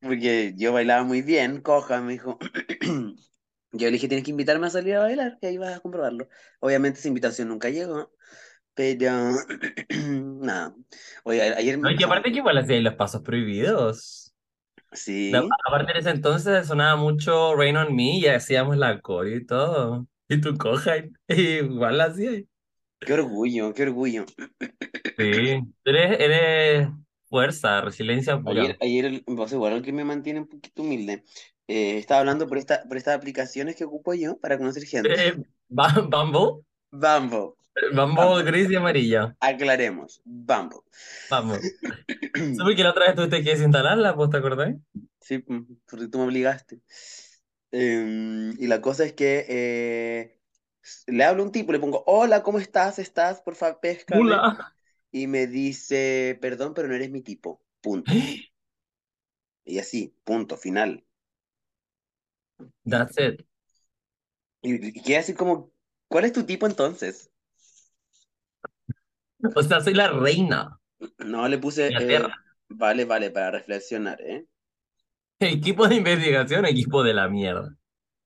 [SPEAKER 2] Porque yo bailaba muy bien, coja, me dijo. Yo le dije, tienes que invitarme a salir a bailar, que ahí vas a comprobarlo. Obviamente esa invitación nunca llegó, pero nada. Oye, a- ayer
[SPEAKER 1] No,
[SPEAKER 2] me
[SPEAKER 1] y que
[SPEAKER 2] pasó...
[SPEAKER 1] aparte que igual hacía ahí los pasos prohibidos. La-
[SPEAKER 2] Sí,
[SPEAKER 1] aparte en ese entonces sonaba mucho Rain on Me y hacíamos la coreo y todo. Y tú cojas, y- igual la hacías.
[SPEAKER 2] qué orgullo, qué orgullo.
[SPEAKER 1] Sí, tú eres, eres fuerza, resiliencia
[SPEAKER 2] Ayer,
[SPEAKER 1] pura.
[SPEAKER 2] ayer el- me pasó igual que me mantiene un poquito humilde. Eh, estaba hablando por esta, por estas aplicaciones que ocupo yo para conocer gente.
[SPEAKER 1] Eh, Bam- Bambo,
[SPEAKER 2] Bumble,
[SPEAKER 1] Bambo
[SPEAKER 2] Bumble,
[SPEAKER 1] gris y amarillo.
[SPEAKER 2] aclaremos, Bumble.
[SPEAKER 1] Vamos. ¿Sabes que la otra vez tuviste que desinstalarla, pues, te acordás?
[SPEAKER 2] Sí, mm, porque tú me obligaste. Em, y la cosa es que eh, le hablo a un tipo, le pongo, hola, ¿cómo estás? ¿Estás? Porfa, péscame.
[SPEAKER 1] Hola.
[SPEAKER 2] Y me dice, perdón, pero no eres mi tipo. Punto. Y así, punto, final.
[SPEAKER 1] That's it.
[SPEAKER 2] Y, y quedé así como, ¿cuál es tu tipo entonces?
[SPEAKER 1] O sea, soy la reina
[SPEAKER 2] No, le
[SPEAKER 1] de
[SPEAKER 2] puse, eh,
[SPEAKER 1] Inglaterra.
[SPEAKER 2] vale, vale, para reflexionar, ¿eh?
[SPEAKER 1] Equipo de investigación, equipo de la mierda.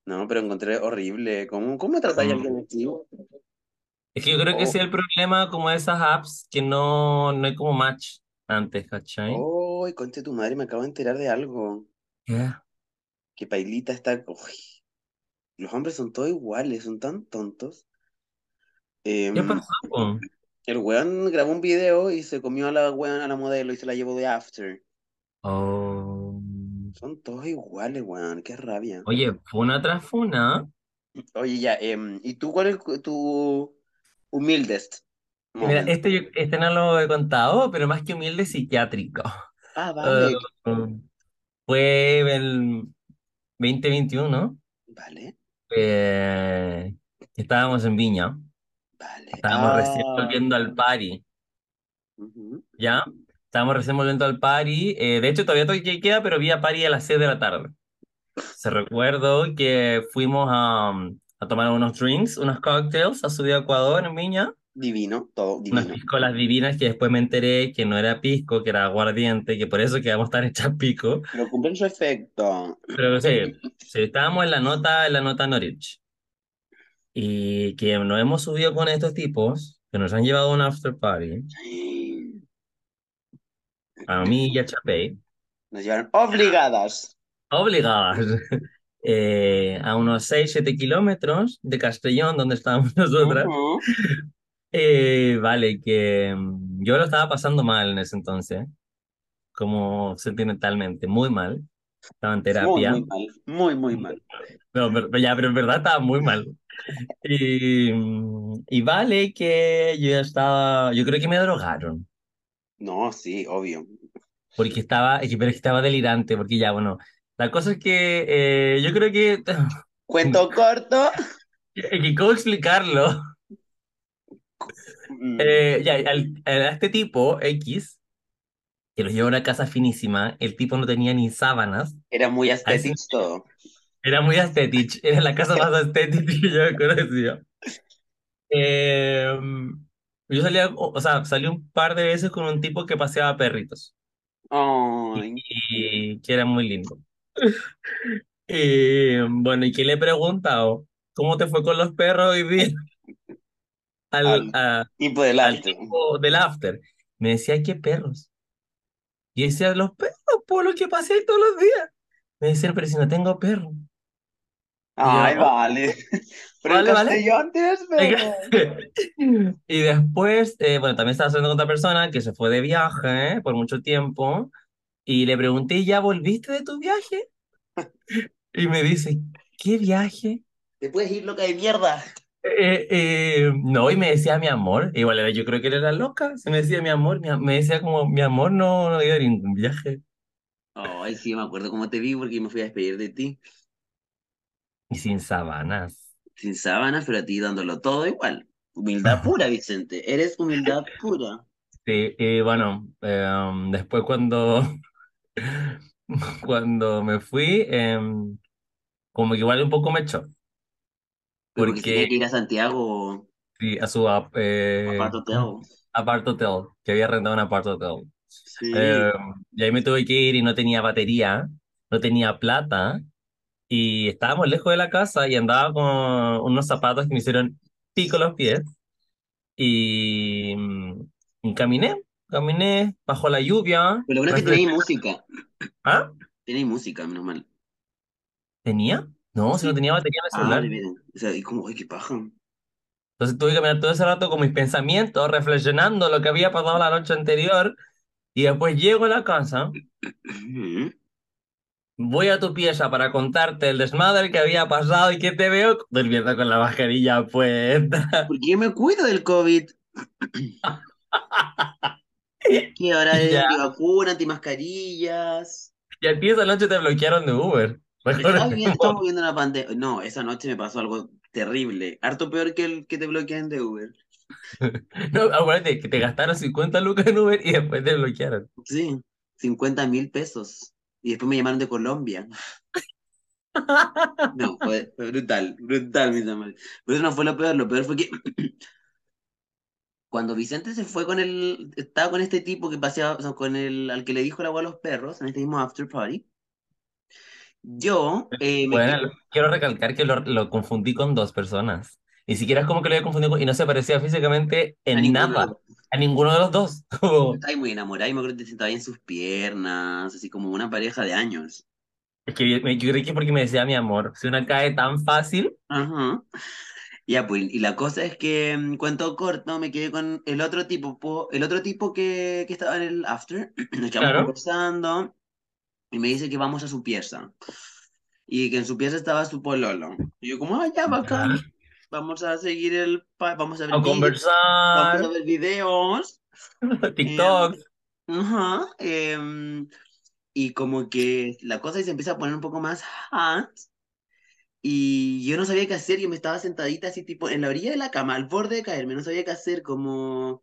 [SPEAKER 2] No, pero encontré horrible. ¿Cómo, cómo tratáis a
[SPEAKER 1] Mm.
[SPEAKER 2] alguien así?
[SPEAKER 1] Es que yo creo que ese
[SPEAKER 2] Oh,
[SPEAKER 1] es el problema como de esas apps que no, no hay como match antes, ¿cachai?
[SPEAKER 2] oh, conche tu madre, me acabo de enterar de algo.
[SPEAKER 1] ¿Qué?
[SPEAKER 2] Que Pailita está... Uy, los hombres son todos iguales, son tan tontos.
[SPEAKER 1] ¿Qué
[SPEAKER 2] Em,
[SPEAKER 1] pasó? po?
[SPEAKER 2] el weón grabó un video y se comió a la weón, a la modelo y se la llevó de after.
[SPEAKER 1] Oh.
[SPEAKER 2] Son todos iguales, weón, qué rabia.
[SPEAKER 1] Oye, funa tras funa.
[SPEAKER 2] Oye, ya, em, ¿y tú cuál es cu- tu humildest
[SPEAKER 1] Y Mira,
[SPEAKER 2] moment?
[SPEAKER 1] este, yo- este no lo he contado, pero más que humilde, psiquiátrico.
[SPEAKER 2] Ah,
[SPEAKER 1] Eh,
[SPEAKER 2] vale,
[SPEAKER 1] fue el 2021,
[SPEAKER 2] vale,
[SPEAKER 1] eh, estábamos en Viña,
[SPEAKER 2] vale.
[SPEAKER 1] estábamos recién
[SPEAKER 2] Ah,
[SPEAKER 1] volviendo al party,
[SPEAKER 2] ujú.
[SPEAKER 1] ¿ya? Estábamos recién volviendo al party, eh, de hecho todavía toque queda, pero vi a party a las 6 de la tarde. Se recuerdo que fuimos a, um, a tomar unos drinks, unos cocktails a Ciudad Ecuador en Viña,
[SPEAKER 2] Divino, todo
[SPEAKER 1] unas
[SPEAKER 2] divino.
[SPEAKER 1] piscolas divinas que después me enteré que no era pisco, que era aguardiente, que por eso quedamos tan hechas pico.
[SPEAKER 2] Pero cumplen su efecto.
[SPEAKER 1] Pero sí, sí, estábamos en la nota, en la nota Norwich. Y que nos hemos subido con estos tipos, que nos han llevado a un after party, a mí y a Chapey,
[SPEAKER 2] Nos llevaron obligadas.
[SPEAKER 1] obligadas eh, a unos 6-7 kilómetros de Castellón, donde estábamos nosotras.
[SPEAKER 2] Ujú.
[SPEAKER 1] Eh, vale, que mm, yo lo estaba pasando mal en ese entonces, como sentimentalmente, muy mal. Estaba en
[SPEAKER 2] Muy,
[SPEAKER 1] terapia.
[SPEAKER 2] muy mal. Muy, muy mal.
[SPEAKER 1] No, pero, pero ya, pero en verdad estaba muy mal. Y, mm, y vale que yo ya estaba, yo creo que me drogaron.
[SPEAKER 2] No, sí, obvio.
[SPEAKER 1] Porque estaba, es que- pero es que estaba delirante, porque ya, bueno, la cosa es que eh, yo creo que,
[SPEAKER 2] Cuento corto.
[SPEAKER 1] es que cómo explicarlo,
[SPEAKER 2] Mm,
[SPEAKER 1] Eh, ya, al- a este tipo X, que los llevó a una casa finísima, el tipo no tenía ni sábanas,
[SPEAKER 2] Era muy
[SPEAKER 1] a ese-
[SPEAKER 2] aesthetic todo.
[SPEAKER 1] era muy aesthetic, era la casa más aesthetic que yo he conocido. Eh, yo salía, o, o sea, salí un par de veces con un tipo que paseaba perritos, y,
[SPEAKER 2] Ay.
[SPEAKER 1] y que era muy lindo. Eh, bueno, ¿y qué le he preguntado? ¿Cómo te fue con los perros hoy día? Al,
[SPEAKER 2] Al
[SPEAKER 1] a-
[SPEAKER 2] tipo del
[SPEAKER 1] al
[SPEAKER 2] after.
[SPEAKER 1] tipo del after. Me decía, ¿qué perros? Y yo decía, los perros, por los que pasé todos los días. Me decía, pero si no tengo perro. Y yo,
[SPEAKER 2] Ay,
[SPEAKER 1] "Oh,
[SPEAKER 2] vale. Pero en
[SPEAKER 1] vale, vale.
[SPEAKER 2] Castellón tienes perro.
[SPEAKER 1] Y después, eh, bueno, también estaba saliendo con otra persona que se fue de viaje eh, por mucho tiempo. Y le pregunté, ¿ya volviste de tu viaje? Y me dice, ¿qué viaje?
[SPEAKER 2] Te puedes ir loca de mierda.
[SPEAKER 1] Eh, eh, no, y me decía mi amor, igual era- yo creo que era la loca, se me decía mi amor, mi am- me decía como mi amor no, no he ido a ningún viaje.
[SPEAKER 2] Ay, sí, me acuerdo cómo te vi porque me fui a despedir de ti.
[SPEAKER 1] Y sin sabanas.
[SPEAKER 2] Sin sábanas, pero a ti dándolo todo igual. Humildad pura, Vicente. Eres humildad pura.
[SPEAKER 1] Sí, y bueno, eh, después cuando, cuando me fui, em, como que igual un poco me echó,
[SPEAKER 2] Pero porque si tenía
[SPEAKER 1] porque
[SPEAKER 2] que ir a Santiago,
[SPEAKER 1] sí, a su ap-
[SPEAKER 2] a
[SPEAKER 1] eh,
[SPEAKER 2] Patoteado.
[SPEAKER 1] apart hotel, que había rentado un apart hotel. Eh,
[SPEAKER 2] Sí.
[SPEAKER 1] y ahí me tuve que ir y no tenía batería, no tenía plata, y estábamos lejos de la casa y andaba con unos zapatos que me hicieron pico los pies. Y, mm, y caminé, caminé bajo la lluvia,
[SPEAKER 2] Pero lo bueno es que tenéis
[SPEAKER 1] refresqué.
[SPEAKER 2] música.
[SPEAKER 1] ¿Ah?
[SPEAKER 2] Tenéis música, menos mal.
[SPEAKER 1] ¿Tenía? No, si no
[SPEAKER 2] Sí.
[SPEAKER 1] tenía batería en el
[SPEAKER 2] Ah,
[SPEAKER 1] celular.
[SPEAKER 2] de veras. O sea, y como, ay, qué paja.
[SPEAKER 1] Entonces tuve que caminar todo ese rato con mis pensamientos, reflexionando lo que había pasado la noche anterior. Y después llego a la casa, voy a tu pieza para contarte el desmadre que había pasado y que te veo durmiendo con la mascarilla puesta.
[SPEAKER 2] Porque yo me cuido del COVID. Que ahora es
[SPEAKER 1] Ya,
[SPEAKER 2] antivacuna, antimascarillas.
[SPEAKER 1] y a ti esa noche te bloquearon de Uber.
[SPEAKER 2] Estaba viviendo, estamos
[SPEAKER 1] Recordemos.
[SPEAKER 2] viviendo una pandemia. No, esa noche me pasó algo terrible. Harto peor que el que te bloquean de Uber.
[SPEAKER 1] No, acuérdate que te gastaron 50 lucas en Uber y después te bloquearon.
[SPEAKER 2] Sí, 50 mil pesos. Y después me llamaron de Colombia. No, fue, fue brutal, brutal, mis amores. Pero eso no fue lo peor, lo peor fue que cuando Vicente se fue con el, estaba con este tipo que paseaba, o sea, con el, al que le dijo la agua a los perros, en este mismo after party, yo eh, me
[SPEAKER 1] Bueno,
[SPEAKER 2] quedé,
[SPEAKER 1] lo- quiero recalcar que lo, lo confundí con dos personas. Ni siquiera es como que lo había confundido con- y no se parecía físicamente
[SPEAKER 2] a
[SPEAKER 1] en
[SPEAKER 2] ninguno de
[SPEAKER 1] nada
[SPEAKER 2] los dos.
[SPEAKER 1] a ninguno de los dos.
[SPEAKER 2] Yo
[SPEAKER 1] Como,
[SPEAKER 2] estaba ahí muy enamorada y me acuerdo que estaba ahí en sus piernas, así como una pareja de años.
[SPEAKER 1] es que me- yo creí que porque me decía mi amor, si una cae tan fácil,
[SPEAKER 2] Ajá. Ya, pues, y la cosa es que, mm, cuento corto, me quedé con el otro tipo, po- el otro tipo que, que estaba en el after, nos quedamos
[SPEAKER 1] claro.
[SPEAKER 2] conversando y me dice que vamos a su pieza y que en su pieza estaba su pololo. Y yo como, ah, ya,
[SPEAKER 1] Ya.
[SPEAKER 2] bacán, vamos a seguir el, pa- vamos a
[SPEAKER 1] A
[SPEAKER 2] ver vídeos, vamos a
[SPEAKER 1] conversar,
[SPEAKER 2] ver videos. em,
[SPEAKER 1] TikTok.
[SPEAKER 2] ajá, em, y como que la cosa se empieza a poner un poco más hot. Y yo no sabía qué hacer, yo me estaba sentadita así tipo en la orilla de la cama, al borde de caerme, no sabía qué hacer, como,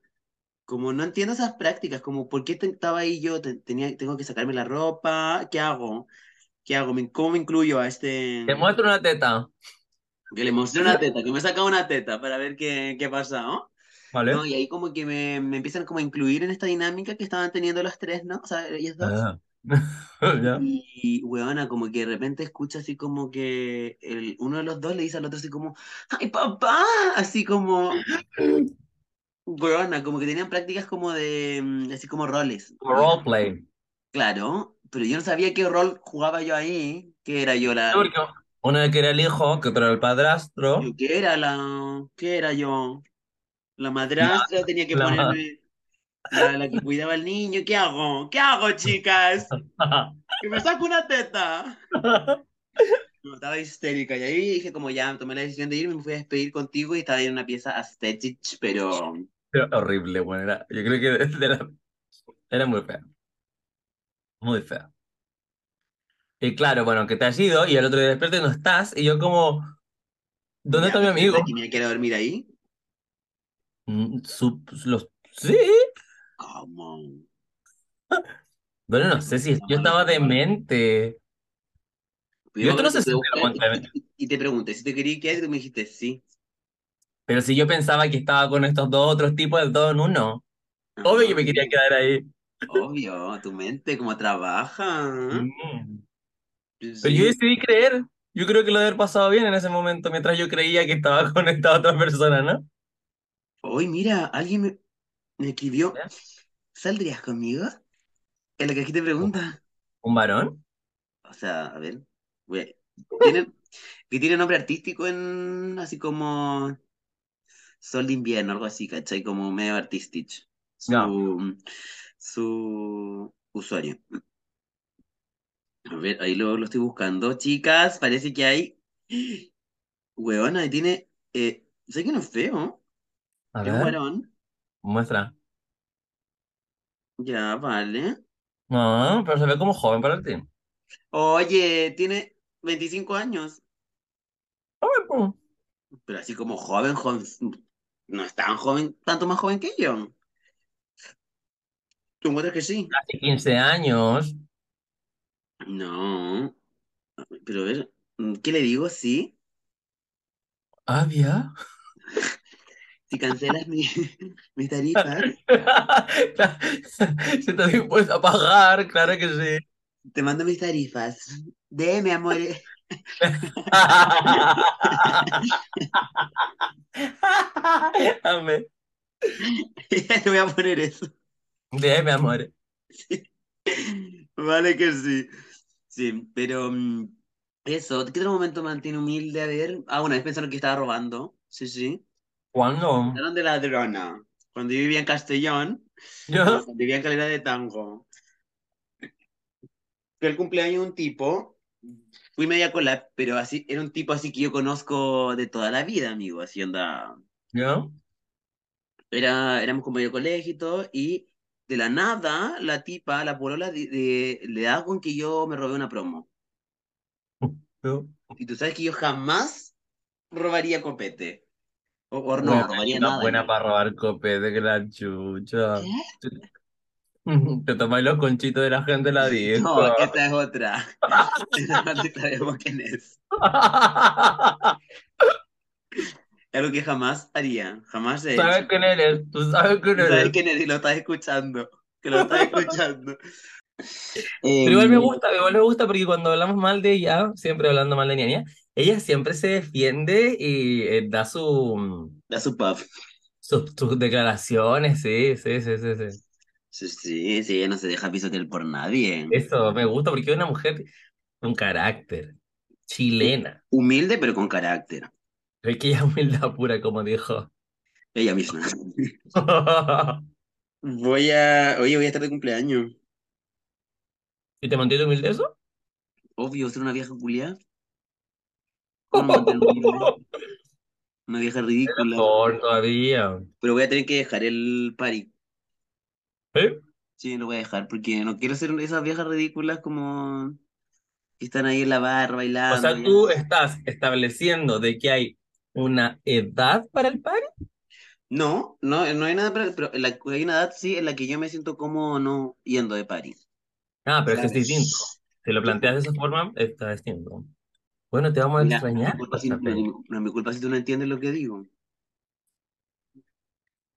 [SPEAKER 2] como no entiendo esas prácticas, como por qué te- estaba ahí yo, Te- tenía, tengo que sacarme la ropa, ¿qué hago? ¿Qué hago? ¿Me- ¿Cómo me incluyo a este?
[SPEAKER 1] Te muestro una teta,
[SPEAKER 2] Que le mostré una teta, que me saca una teta para ver qué, qué pasa, ¿no? No,
[SPEAKER 1] ¿vale?
[SPEAKER 2] y ahí como que me, me empiezan como a incluir en esta dinámica que estaban teniendo los tres, ¿no? O sea, ellos dos.
[SPEAKER 1] Ah. Ya.
[SPEAKER 2] Y, huevona, como que de repente escucha así como que el, uno de los dos le dice al otro así como, ¡ay, papá! Así como, huevona, como que tenían prácticas como de, mm, así como roles.
[SPEAKER 1] Como
[SPEAKER 2] Y yo,
[SPEAKER 1] roleplay. Sí,
[SPEAKER 2] claro, pero yo no sabía qué rol jugaba yo ahí, que era yo la,
[SPEAKER 1] porque uno que era el hijo, que otro era el
[SPEAKER 2] yo
[SPEAKER 1] padrastro.
[SPEAKER 2] qué era la, qué era yo, la
[SPEAKER 1] La,
[SPEAKER 2] madrastra tenía que
[SPEAKER 1] la ma-
[SPEAKER 2] ponerme la, la que cuidaba al niño, ¿qué hago? ¿Qué hago, chicas? Que me saco una teta. No, estaba histérica. Y ahí dije, como ya, tomé la decisión de irme, me fui a despedir contigo y estaba ahí en una pieza aesthetic, pero
[SPEAKER 1] Pero horrible, bueno, era, yo creo que de la- era muy fea, muy fea. Y claro, bueno, que te has ido y el otro día despierto y no estás, y yo como, ¿dónde
[SPEAKER 2] ya,
[SPEAKER 1] está
[SPEAKER 2] pero
[SPEAKER 1] mi
[SPEAKER 2] ¿verdad
[SPEAKER 1] amigo?
[SPEAKER 2] que me iba a quedar a dormir ahí?
[SPEAKER 1] Mm, su- los, sí,
[SPEAKER 2] ¿Cómo?
[SPEAKER 1] bueno, no
[SPEAKER 2] Ay,
[SPEAKER 1] sé
[SPEAKER 2] no,
[SPEAKER 1] si,
[SPEAKER 2] la
[SPEAKER 1] yo
[SPEAKER 2] mala
[SPEAKER 1] estaba
[SPEAKER 2] jugada.
[SPEAKER 1] demente.
[SPEAKER 2] Pero yo me
[SPEAKER 1] Yo esto no
[SPEAKER 2] acuerdo que
[SPEAKER 1] sé
[SPEAKER 2] te
[SPEAKER 1] si me lo
[SPEAKER 2] pregunté,
[SPEAKER 1] conté,
[SPEAKER 2] y, y- y te pregunté si te quería quedar y tú me dijiste sí.
[SPEAKER 1] pero si yo pensaba que estaba con estos dos otros tipos de todo en uno, obvio
[SPEAKER 2] Ah,
[SPEAKER 1] que me quería quedar ahí.
[SPEAKER 2] obvio, tu mente, cómo trabaja.
[SPEAKER 1] Mm. Pero yo
[SPEAKER 2] Sí.
[SPEAKER 1] decidí creer, yo creo que lo de haber pasado bien en ese momento, mientras yo creía que estaba con esta otra persona, ¿no?
[SPEAKER 2] Hoy, mira, alguien me, me escribió,
[SPEAKER 1] ¿Ya?
[SPEAKER 2] ¿saldrías conmigo? Es lo que aquí te pregunta.
[SPEAKER 1] ¿Un varón?
[SPEAKER 2] O sea, a ver, güey, tiene, que tiene nombre artístico en, así como... Sol de invierno, algo así, ¿cachai? Como medio artistic.
[SPEAKER 1] No.
[SPEAKER 2] Su, su usuario. A ver, ahí lo, lo estoy buscando. Chicas, parece que hay. Huevona, y tiene. Eh, sé que no es feo.
[SPEAKER 1] A
[SPEAKER 2] Es un
[SPEAKER 1] ver,
[SPEAKER 2] varón.
[SPEAKER 1] muestra.
[SPEAKER 2] Ya, vale.
[SPEAKER 1] No, pero se ve como joven para ti.
[SPEAKER 2] Oye, tiene 25 años.
[SPEAKER 1] Joven, po.
[SPEAKER 2] Pero así como joven, joven. No es tan joven, tanto más joven que yo. ¿Tú encuentras que sí?
[SPEAKER 1] Hace 15 años.
[SPEAKER 2] No. Pero a ver. ¿Qué le digo? Sí.
[SPEAKER 1] Ah, ¿Avia?
[SPEAKER 2] Si cancelas mi, mis tarifas,
[SPEAKER 1] Si estás dispuesto a pagar, claro que sí.
[SPEAKER 2] te mando mis tarifas. Deme, amores.
[SPEAKER 1] Amé.
[SPEAKER 2] Te voy a poner eso.
[SPEAKER 1] Deme, amor.
[SPEAKER 2] Vale que sí. Sí, pero mm, eso. ¿Qué otro momento mantiene humilde? A ver. Ah, una vez pensaron que estaba robando. Sí, sí.
[SPEAKER 1] ¿Cuándo?
[SPEAKER 2] Pensaron de ladrona. Cuando yo vivía en Castellón,
[SPEAKER 1] ¿Yo?
[SPEAKER 2] vivía en Calera de Tango. Fue el cumpleaños de un tipo. Fui media cola, pero así, era un tipo así que yo conozco de toda la vida, amigo. Así onda.
[SPEAKER 1] ¿Yo?
[SPEAKER 2] Era, éramos como de colegio y todo, y de la nada, la tipa, la polola, de- de- le da con que yo me robé una promo.
[SPEAKER 1] ¿Yo?
[SPEAKER 2] Y tú sabes que yo jamás robaría copete. O, o no,
[SPEAKER 1] Buena,
[SPEAKER 2] robaría
[SPEAKER 1] una
[SPEAKER 2] nada.
[SPEAKER 1] buena
[SPEAKER 2] yo.
[SPEAKER 1] para robar copete que la chucha.
[SPEAKER 2] ¿Qué?
[SPEAKER 1] Te tomáis los conchitos de la gente en la
[SPEAKER 2] No,
[SPEAKER 1] disco.
[SPEAKER 2] esa es otra. Esa no te sabemos quién es. Algo que jamás haría, jamás he hecho.
[SPEAKER 1] ¿Sabes quién eres? ¿Tú sabes quién
[SPEAKER 2] Tú sabes
[SPEAKER 1] eres?
[SPEAKER 2] quién es y lo estás escuchando. Que lo estás escuchando. Eh,
[SPEAKER 1] Pero igual me gusta, igual me gusta porque cuando hablamos mal de ella, siempre hablando mal de Niña, ella siempre se defiende y eh, da su,
[SPEAKER 2] da su puff.
[SPEAKER 1] sus sus declaraciones, sí, sí, sí, sí, sí.
[SPEAKER 2] Sí, sí, sí, ella no se deja pisotear por nadie.
[SPEAKER 1] Eso me gusta porque es una mujer con carácter, chilena.
[SPEAKER 2] Humilde, pero con carácter.
[SPEAKER 1] Es que ella es humildad pura, como dijo.
[SPEAKER 2] Ella misma. Voy a. Oye, voy a estar de cumpleaños.
[SPEAKER 1] ¿Y te mantiene humilde eso?
[SPEAKER 2] Obvio, ser una vieja culiá. ¿Cómo me mantengo humilde? Una vieja ridícula.
[SPEAKER 1] Peor todavía.
[SPEAKER 2] Pero voy a tener que dejar el party.
[SPEAKER 1] ¿Eh?
[SPEAKER 2] Sí, lo voy a dejar porque no quiero ser una de esas viejas ridículas como que están ahí en la barra
[SPEAKER 1] O
[SPEAKER 2] bailando.
[SPEAKER 1] sea,
[SPEAKER 2] Ah, ya.
[SPEAKER 1] tú estás estableciendo de que hay una edad para el party.
[SPEAKER 2] No, no, no hay nada, pero, pero en la- hay una edad sí en la que yo me siento cómodo no yendo de party.
[SPEAKER 1] Ah, pero es que es distinto.
[SPEAKER 2] ¿Sabes?
[SPEAKER 1] Si lo planteas de esa forma, está distinto. Bueno, te vamos a
[SPEAKER 2] Mira, no es
[SPEAKER 1] extrañar,
[SPEAKER 2] mi culpa si, no,
[SPEAKER 1] Guasapé.
[SPEAKER 2] no es mi culpa si tú no entiendes lo que digo.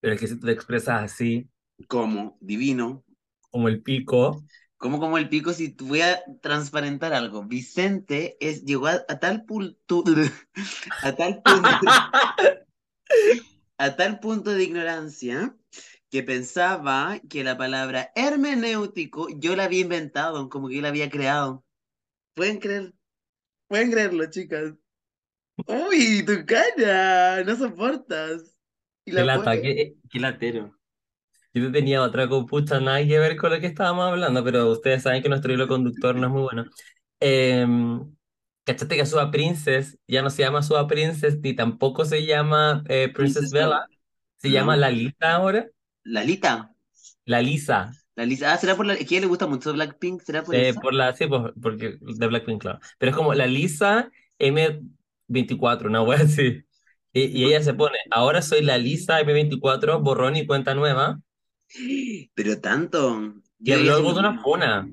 [SPEAKER 1] Pero es que si tú te expresas así,
[SPEAKER 2] Como, divino.
[SPEAKER 1] como el pico,
[SPEAKER 2] ¿Cómo como el pico si t- voy a transparentar algo? Vicente es, llegó a, a tal punto, a tal punto, a tal punto de ignorancia que pensaba que la palabra hermenéutico yo la había inventado, como que yo la había creado. ¿Pueden creer? ¿Pueden creerlo, chicas? Uy, tu cara, no soportas. Y
[SPEAKER 1] qué
[SPEAKER 2] la
[SPEAKER 1] lata,
[SPEAKER 2] pones.
[SPEAKER 1] qué, qué latero. Yo te tenía otra compucha, nada que ver con lo que estábamos hablando, pero ustedes saben que nuestro hilo conductor no es muy bueno. Em, ¿cachaste que Suba Princess ya no se llama Suba Princess ni tampoco se llama eh, Princess
[SPEAKER 2] Princess
[SPEAKER 1] Bella?
[SPEAKER 2] Bella.
[SPEAKER 1] Se llama
[SPEAKER 2] No,
[SPEAKER 1] Lalita ahora.
[SPEAKER 2] Lalita.
[SPEAKER 1] La Lisa.
[SPEAKER 2] La Lisa. Ah, será por la. Es que a ella le gusta mucho Blackpink, será por
[SPEAKER 1] Eh,
[SPEAKER 2] eso.
[SPEAKER 1] por la, sí, pues, porque de Blackpink, claro. Pero es como la Lisa M24, una wea así. Y, y ella se pone, ahora soy la Lisa M24, borrón y cuenta nueva.
[SPEAKER 2] Pero tanto.
[SPEAKER 1] Y
[SPEAKER 2] Yo debería ser
[SPEAKER 1] habló algo
[SPEAKER 2] lo
[SPEAKER 1] de una
[SPEAKER 2] mismo.
[SPEAKER 1] funa.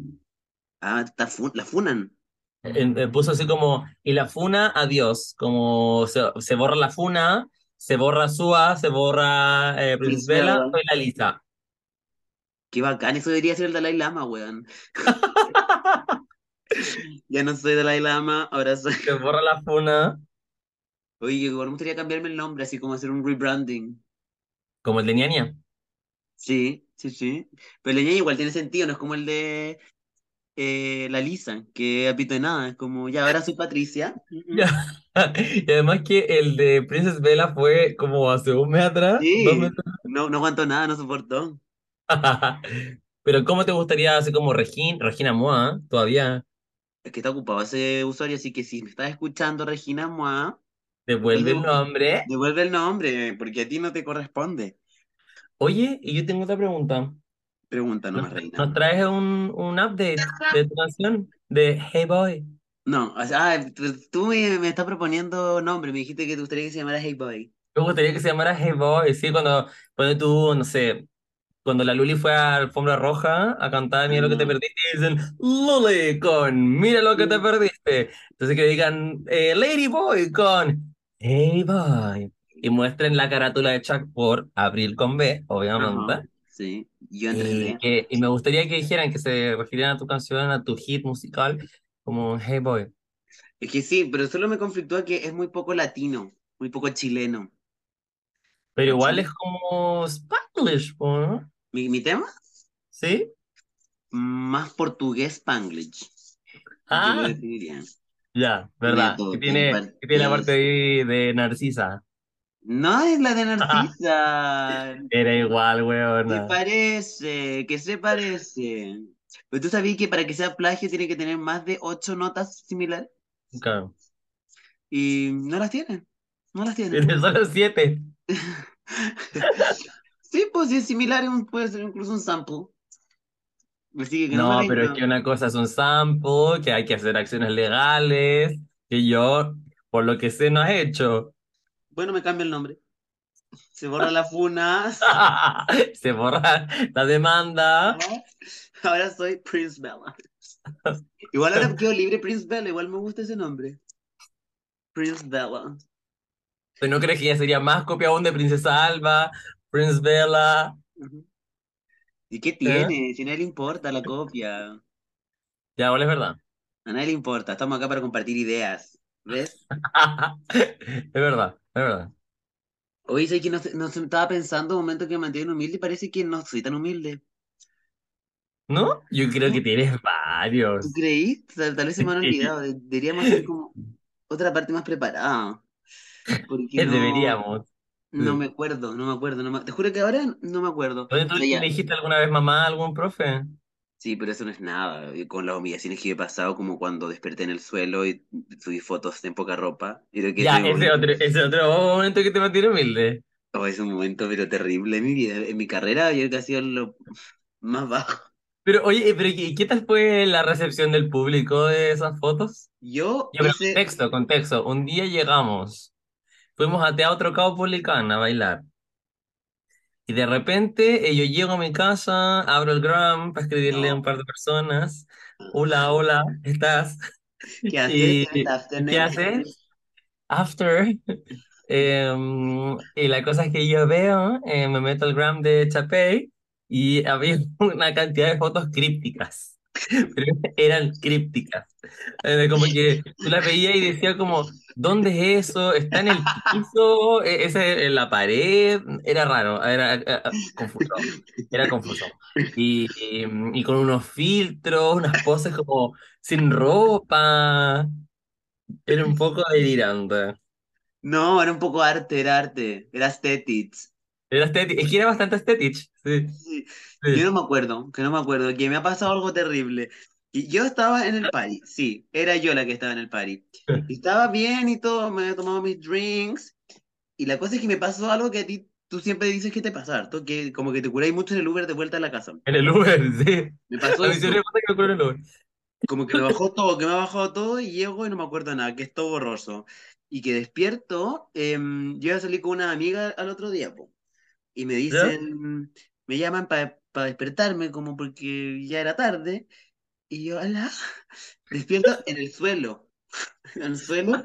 [SPEAKER 2] Ah, está fu- la funan.
[SPEAKER 1] En- eh, puso así como, y la funa, adiós. Como se, se borra la funa, se borra Sua, se borra eh, Princess
[SPEAKER 2] Prince
[SPEAKER 1] Bella,
[SPEAKER 2] Bella.
[SPEAKER 1] soy la Lisa.
[SPEAKER 2] Qué bacán, eso debería ser el Dalai Lama, weón. Ya no soy Dalai Lama, ahora soy.
[SPEAKER 1] Se borra la funa,
[SPEAKER 2] Oye, igual me gustaría cambiarme el nombre, así como hacer un rebranding.
[SPEAKER 1] como el de Ñaña.
[SPEAKER 2] Sí, sí, sí. Pero el de Ñe igual tiene sentido, no es como el de eh, la Lisa, que ha pito de nada. Es como, ya ahora soy Patricia.
[SPEAKER 1] Ya.
[SPEAKER 2] Mm, mm.
[SPEAKER 1] Y además que el de Princess Bella fue como hace un mes atrás, dos meses.
[SPEAKER 2] Sí, no, no aguantó nada, no soportó.
[SPEAKER 1] Pero ¿cómo te gustaría así como Regin, Regina Moa, ¿eh? todavía?
[SPEAKER 2] Es que está ocupado ese usuario, así que si me estás escuchando, Regina Moa,
[SPEAKER 1] Devuelve el
[SPEAKER 2] devu-
[SPEAKER 1] nombre.
[SPEAKER 2] devuelve el nombre, porque a ti no te corresponde.
[SPEAKER 1] Oye, y yo tengo otra pregunta.
[SPEAKER 2] Pregunta
[SPEAKER 1] ¿Nos,
[SPEAKER 2] nomás, reina.
[SPEAKER 1] nos traes un, un update de tu canción de Hey Boy?
[SPEAKER 2] No, o sea, ah, tú tú me, me estás proponiendo nombre, me dijiste que te gustaría que se llamara Hey Boy.
[SPEAKER 1] Me gustaría que se llamara Hey Boy, sí, cuando, cuando tú, no sé. Cuando la Luli fue a Alfombra Roja a cantar Mira lo que te perdiste, y dicen Luli con Mira lo que te perdiste. Entonces que digan eh, Lady Boy con Hey Boy. Y muestren la carátula de Chuck por Abril con B, obviamente.
[SPEAKER 2] Ajá, sí, yo
[SPEAKER 1] Y,
[SPEAKER 2] entendí.
[SPEAKER 1] que, y me gustaría que dijeran que se refirieran a tu canción, a tu hit musical, como Hey Boy.
[SPEAKER 2] Es que sí, pero solo me conflictúa que es muy poco latino, muy poco chileno.
[SPEAKER 1] Pero igual
[SPEAKER 2] ¿Cachai?
[SPEAKER 1] es como Spanglish, po, ¿no?
[SPEAKER 2] Mi, mi tema,
[SPEAKER 1] ¿Sí?
[SPEAKER 2] más portugués spanglish. Yo lo
[SPEAKER 1] Ah,
[SPEAKER 2] definiría.
[SPEAKER 1] ya,
[SPEAKER 2] Tiene
[SPEAKER 1] verdad. Que
[SPEAKER 2] todo, tiene
[SPEAKER 1] tiene, que tiene la parte
[SPEAKER 2] partes.
[SPEAKER 1] ahí de Narcisa.
[SPEAKER 2] No es la de
[SPEAKER 1] Ah.
[SPEAKER 2] Narcisa.
[SPEAKER 1] Era igual, ah,
[SPEAKER 2] Se
[SPEAKER 1] weona.
[SPEAKER 2] parece, que se parece. Pero tú sabías que para que sea plagio tiene que tener más de ocho notas similares.
[SPEAKER 1] Claro.
[SPEAKER 2] Y no las tienen. No las tienen.
[SPEAKER 1] Tiene solo siete.
[SPEAKER 2] Sí, pues si es similar, un- puede ser incluso un sample. Así que no me
[SPEAKER 1] No,
[SPEAKER 2] la
[SPEAKER 1] pero es que
[SPEAKER 2] invento.
[SPEAKER 1] una cosa es un sample, que hay que hacer acciones legales, que yo, por lo que sé, no he hecho.
[SPEAKER 2] Bueno, me cambio el nombre. Se borra la funa.
[SPEAKER 1] Se borra la demanda.
[SPEAKER 2] Ahora soy Prince Bella. Igual ahora quedo libre Prince Bella. Igual me gusta ese nombre. Prince Bella.
[SPEAKER 1] ¿Pero Pues no crees que ya sería más copia aún de Princesa Alba, Prince Bella?
[SPEAKER 2] Ujú. ¿Y qué
[SPEAKER 1] ¿Eh?
[SPEAKER 2] tiene? Si a nadie le importa la copia.
[SPEAKER 1] Ya, igual es verdad.
[SPEAKER 2] A nadie le importa, estamos acá para compartir ideas. ¿Ves?
[SPEAKER 1] Es verdad, es verdad.
[SPEAKER 2] Oye, sé que no, se- no se- estaba pensando un momento que me mantiene humilde y parece que no soy tan humilde.
[SPEAKER 1] ¿No? Yo creo que
[SPEAKER 2] ¿Tú,
[SPEAKER 1] tienes
[SPEAKER 2] tú
[SPEAKER 1] varios.
[SPEAKER 2] creí? Tal, tal vez se me han olvidado. de- Deberíamos ser como otra parte más preparada. Porque no,
[SPEAKER 1] Deberíamos.
[SPEAKER 2] no me
[SPEAKER 1] Sí.
[SPEAKER 2] acuerdo, no me acuerdo. No me- te juro que ahora no me acuerdo.
[SPEAKER 1] ¿Oye, ¿Tú
[SPEAKER 2] Pero
[SPEAKER 1] le
[SPEAKER 2] ya,
[SPEAKER 1] dijiste alguna vez mamá a algún profe?
[SPEAKER 2] sí, pero eso no es nada. Y Con las humillaciones que he pasado, como cuando desperté en el suelo y subí fotos en poca ropa. Y creo que
[SPEAKER 1] Ya,
[SPEAKER 2] ese
[SPEAKER 1] ese
[SPEAKER 2] momento.
[SPEAKER 1] otro, ese otro momento que te mantiene humilde.
[SPEAKER 2] Oh, es un momento pero terrible en mi vida, en mi carrera, yo creo que ha sido lo más bajo.
[SPEAKER 1] Pero oye, eh, pero ¿qué, qué tal fue la recepción del público de esas fotos?
[SPEAKER 2] Yo
[SPEAKER 1] Ya, pero
[SPEAKER 2] hice,
[SPEAKER 1] contexto, contexto. Un día llegamos, fuimos a Teatro Caupolicán a bailar. Y de repente eh, yo llego a mi casa, abro el Gram para escribirle a
[SPEAKER 2] no,
[SPEAKER 1] un
[SPEAKER 2] Ah.
[SPEAKER 1] par de personas. Hola,
[SPEAKER 2] ajá,
[SPEAKER 1] hola, ¿estás?
[SPEAKER 2] ¿qué haces
[SPEAKER 1] ¿Y,
[SPEAKER 2] esta
[SPEAKER 1] y qué
[SPEAKER 2] afternoon?
[SPEAKER 1] haces? After. Eh, y la cosa es que yo veo, eh, me meto al gram de Chapey y había una cantidad de fotos crípticas, pero eran crípticas. Era como que tú las veías y decías como, ¿dónde es eso? ¿Está en el piso? ¿E- ¿Es en la pared? Era raro, era, era confuso, era confuso. Y, y, y con unos filtros, unas poses como sin ropa, era un poco delirante.
[SPEAKER 2] No, era un poco arte, era arte, era aesthetics.
[SPEAKER 1] Era estético, es que era bastante estético, sí,
[SPEAKER 2] Sí, Yo
[SPEAKER 1] sí.
[SPEAKER 2] no me acuerdo, que no me acuerdo, que me ha pasado algo terrible. Y yo estaba
[SPEAKER 1] Ah.
[SPEAKER 2] en el party, sí, era yo la que estaba en el party. Y Estaba bien y todo, me había tomado mis drinks. Y la cosa es que me pasó algo que a ti, tú siempre dices que te pasa harto, que como que te curáis mucho en el Uber de vuelta a la casa.
[SPEAKER 1] En el Uber, sí.
[SPEAKER 2] Me pasó
[SPEAKER 1] A mí siempre me
[SPEAKER 2] eso.
[SPEAKER 1] pasa que me ocurre en el Uber.
[SPEAKER 2] Como que me bajó todo, que me ha bajado todo y llego y no me acuerdo nada, que es todo borroso. Y que despierto, em, yo ya salí con una amiga al otro día, po, y me
[SPEAKER 1] ¿Ya?
[SPEAKER 2] dicen, me llaman para despertarme, como porque ya era tarde, y yo, ala, despierto en el suelo, en el suelo,